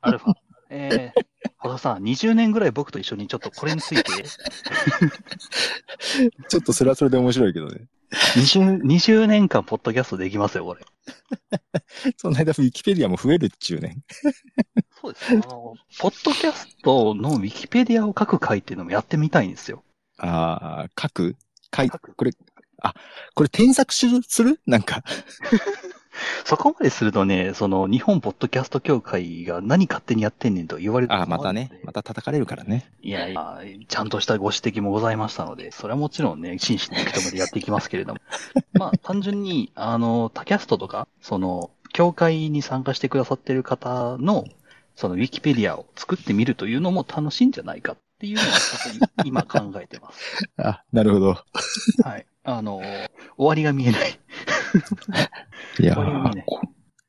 Speaker 1: アルファ。えー、ほどさん、20年ぐらい僕と一緒にちょっとこれについて、
Speaker 2: ちょっとそれはそれで面白いけどね。
Speaker 1: 20、20年間ポッドキャストできますよ、これ。
Speaker 2: その間、ウィキペディアも増えるっちゅうね。
Speaker 1: そうですね。あの、ポッドキャストのウィキペディアを書く会っていうのもやってみたいんですよ。
Speaker 2: ああ、書く書い、
Speaker 1: 書く
Speaker 2: これ、あ、これ添削するするなんか、
Speaker 1: そこまでするとね、その、日本ポッドキャスト協会が何勝手にやってんねんと言われる
Speaker 2: あーまたね、ま
Speaker 1: た。
Speaker 2: た叩かれるからね。
Speaker 1: いやいや、ちゃんとしたご指摘もございましたので、それはもちろんね、真摯に受け止めてやっていきますけれ ども。まあ、単純に、あの、他キャストとか、その、協会に参加してくださってる方の、その、ウィキペディアを作ってみるというのも楽しいんじゃないかっていうのは、ちょ っと今考えてます。
Speaker 2: あ、なるほど。
Speaker 1: はい。あのー終わりが見えない。
Speaker 2: いや
Speaker 1: これいい
Speaker 2: ー
Speaker 1: ね
Speaker 2: こ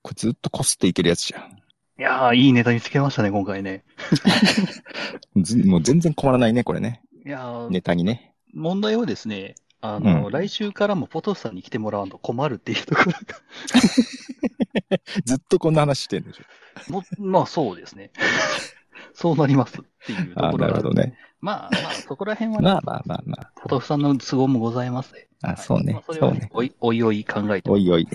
Speaker 2: これずっとこすっていけるやつじゃ
Speaker 1: いやー、いいネタ見つけましたね、今回ね。
Speaker 2: ん。ずもう全然困らないね、これね。
Speaker 1: いやー、
Speaker 2: ネタにね。
Speaker 1: 問題はですね、あのー、
Speaker 2: うん
Speaker 1: 来週からもポトフさんに来てもらわんと困るっていうところが、
Speaker 2: ずっとこんな話してるんでしょ。
Speaker 1: もまあそうです ね。そうなりますっていうと
Speaker 2: あ
Speaker 1: こ
Speaker 2: ー
Speaker 1: ろ
Speaker 2: な
Speaker 1: が
Speaker 2: るほどね。
Speaker 1: まあまあ、そこら辺はね、
Speaker 2: まあまあまあまあ。
Speaker 1: ポトフさんの都合もございますね。
Speaker 2: あ、そう
Speaker 1: ま
Speaker 2: ね
Speaker 1: あ、。それ
Speaker 2: そ
Speaker 1: は
Speaker 2: う
Speaker 1: ね、
Speaker 2: ね。
Speaker 1: おい、おいおい考えて。
Speaker 2: おいおい。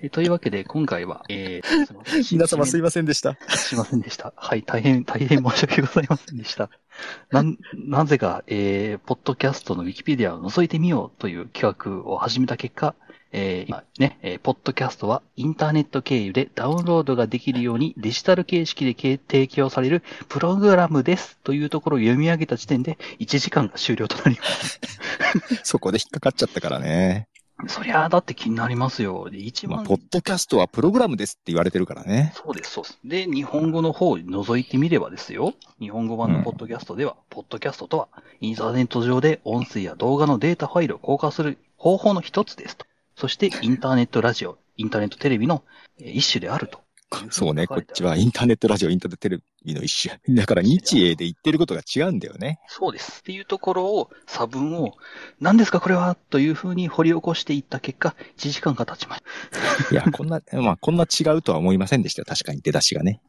Speaker 1: えというわけで、今回は、えー、すいま せん
Speaker 2: 皆様すいませんでした。
Speaker 1: しませんでした。はい、大変、大変申し訳ございませんでした。 なん、なぜか、えー、ポッドキャストのウィキペディアを覗いてみようという企画を始めた結果、えー、今ね、えー、ポッドキャストはインターネット経由でダウンロードができるようにデジタル形式でけ提供されるプログラムですというところを読み上げた時点で1時間が終了となります。
Speaker 2: そこで引っかかっちゃったからね。
Speaker 1: そりゃあ、だって気になりますよ。で、1
Speaker 2: まあ、
Speaker 1: 万
Speaker 2: ポッドキャストはプログラムですって言われてるからね。
Speaker 1: そうです、そうです。で、日本語の方を覗いてみればですよ。日本語版のポッドキャストでは、ポッドキャストとは、インターネット上で音声や動画のデータファイルを公開する方法の一つですと。そして、インターネットラジオ、インターネットテレビのえー一種であると。
Speaker 2: そうね、こっちはインターネットラジオ、インターネットテレビの一種。だから日英で言ってることが違うんだよね。
Speaker 1: そうです。っていうところを、差分を、何ですかこれはというふうに掘り起こしていった結果、1時間が経ちました。
Speaker 2: いや、こんな、 まあ、こんな違うとは思いませんでしたよ。確かに出だしがね。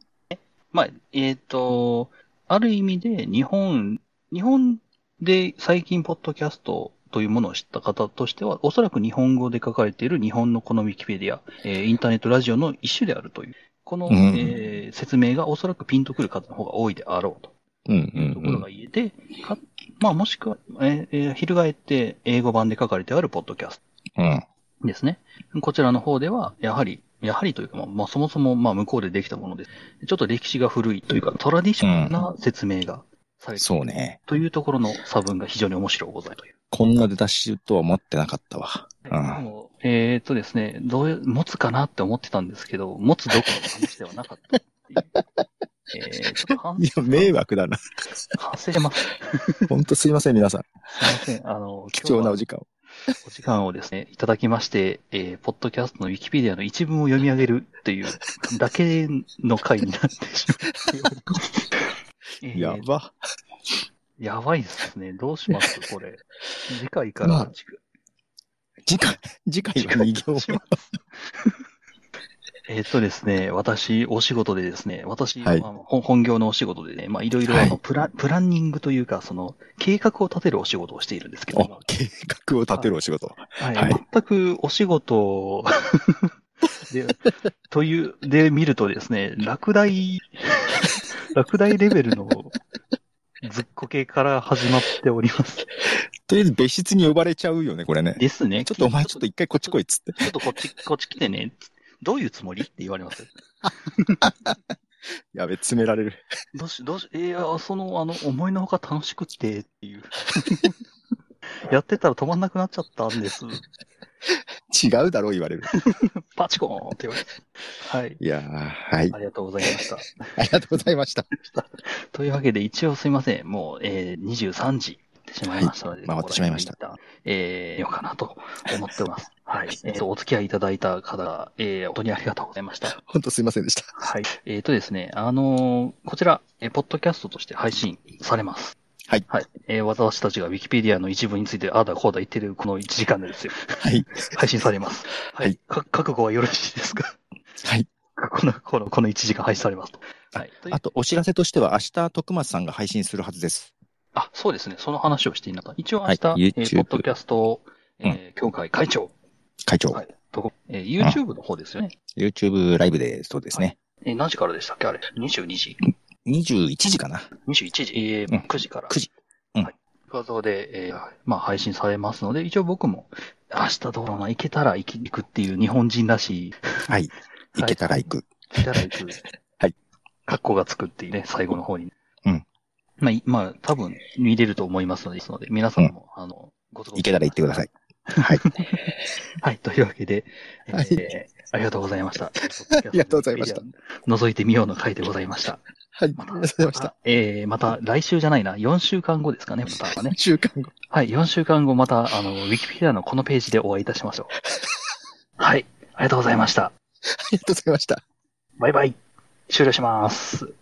Speaker 1: まあ、えっ、と、ある意味で日本、日本で最近ポッドキャストというものを知った方としては、おそらく日本語で書かれている日本のこのウィキペディア、えーインターネットラジオの一種であるという、この、
Speaker 2: うん
Speaker 1: えー説明がおそらくピンとくる方の方が多いであろうと
Speaker 2: うんう
Speaker 1: いうところ
Speaker 2: ん
Speaker 1: が言えて、かまあもしくは、えーえー翻って英語版で書かれてあるポッドキャスト
Speaker 2: うん。うん。
Speaker 1: ですね。こちらの方では、やはり、やはりというか、まあ、まあ、そもそも、まあ、向こうでできたものです。ちょっと歴史が古いというか、トラディショナルな説明がされている
Speaker 2: そうね。
Speaker 1: というところの差分が非常に面白いございますという。
Speaker 2: こんな出だしとは思ってなかったわ。
Speaker 1: で
Speaker 2: う
Speaker 1: もえーっとですね、どう、持つかなって思ってたんですけど、持つどころの話ではなかった っていう。えー、ちょっと反
Speaker 2: ん。いや、迷惑だな。
Speaker 1: 反省してます。すい
Speaker 2: ほんとすいません、皆さん。
Speaker 1: ません。あの、
Speaker 2: 貴重
Speaker 1: 今日
Speaker 2: なお
Speaker 1: は
Speaker 2: 時間を。
Speaker 1: お時間をですね、いただきまして、えー、ポッドキャストのウィキペディアの一文を読み上げるって いうだけの回になってしまっております。
Speaker 2: や
Speaker 1: えー
Speaker 2: ば。
Speaker 1: やばいですね。どうしますこ れ。次回から、
Speaker 2: まあ次回、次回は2行目
Speaker 1: し ます。えーっとですね、私、お仕事でですね、私、
Speaker 2: はい
Speaker 1: まあ本本業のお仕事でね、まあ、いろいろ、
Speaker 2: はい
Speaker 1: あのプラン、プランニングというか、その、計画を立てるお仕事をしているんですけど
Speaker 2: お、、計画を立てるお仕事。
Speaker 1: はい、
Speaker 2: はい
Speaker 1: 全くお仕事を で、という、で見るとですね、落第、 落第レベルのずっこけから始まっております。
Speaker 2: とりあえず別室に呼ばれちゃうよね、これね。
Speaker 1: ですね。
Speaker 2: ちょっとお前ちょっと
Speaker 1: ち
Speaker 2: 一回こっち来いっつって。
Speaker 1: ょっとこっち、こっち来てね。どういうつもりって言われます。
Speaker 2: やべ、詰められる。
Speaker 1: どうし、どうし、いや、その、あの、思いのほか楽しくってっていう。 やってたら止まんなくなっちゃったんです。
Speaker 2: 違うだろう、言われる。
Speaker 1: パチコーンって言われて。はい。
Speaker 2: いやー、はい。
Speaker 1: ありがとうございました。
Speaker 2: ありがとうございました。
Speaker 1: というわけで、一応すいません。もう、えー、23時ってしまいましたので、
Speaker 2: はい回ってしまいました
Speaker 1: ここら辺で一旦。えー、ようかなと思っております。 はい。えーと、お付き合いいただいた方、えー、本当にありがとうございました。
Speaker 2: ほんとすいませんでした。
Speaker 1: はい。えっ、とですね、あのーこちら、えーポッドキャストとして配信されます。
Speaker 2: はい
Speaker 1: はい。えー私たちが Wikipedia の一部について、ああだこうだ言ってるこの1時間でですよ。
Speaker 2: はい。
Speaker 1: 配信されます。はい。
Speaker 2: はい
Speaker 1: か覚悟はよろしいですか
Speaker 2: はい。
Speaker 1: この、この、この1時間配信されますと。はい。という
Speaker 2: あと、お知らせとしては、明日、徳松さんが配信するはずです。
Speaker 1: あ、そうですね。その話をしていなかった。一応明日、
Speaker 2: はい
Speaker 1: えー
Speaker 2: YouTube
Speaker 1: ポッドキャスト、えー、協会会長、
Speaker 2: 会長、
Speaker 1: はいとこ、えー、YouTube の方ですよね。
Speaker 2: YouTube ライブで、そうですね。
Speaker 1: えー何時からでしたっけあれ。22時
Speaker 2: 21時かな
Speaker 1: ?21 時えー
Speaker 2: うん
Speaker 1: 9時から。
Speaker 2: 9時うん
Speaker 1: はい。画像で、えーまあ、配信されますので、一応僕も、明日どうかな行けたら行き行くっていう日本人らしい、
Speaker 2: はい。行けたら行く。
Speaker 1: 行けたら行く。
Speaker 2: はい。
Speaker 1: 格好がつくっていうね、最後の方に。
Speaker 2: うん。
Speaker 1: まあ、いまあ、多分見れると思いますので、ですので皆さんも、あの、ご都合
Speaker 2: 行けたら行ってください。はい。
Speaker 1: はい、というわけで、えー
Speaker 2: はい
Speaker 1: ありがとうござい ました。あ
Speaker 2: りがとうございました。
Speaker 1: 覗いてみようの回でございました。
Speaker 2: はい。
Speaker 1: また
Speaker 2: ありがとうございました。。
Speaker 1: あえー、また来週じゃないな、4週間後ですかね、またはね
Speaker 2: 週間後。
Speaker 1: はい、4週間後また、あの、ウィキペディアのこのページでお会いいたしましょう。はい、ありがとうございました。
Speaker 2: ありがとうございました。
Speaker 1: バイバイ。終了します。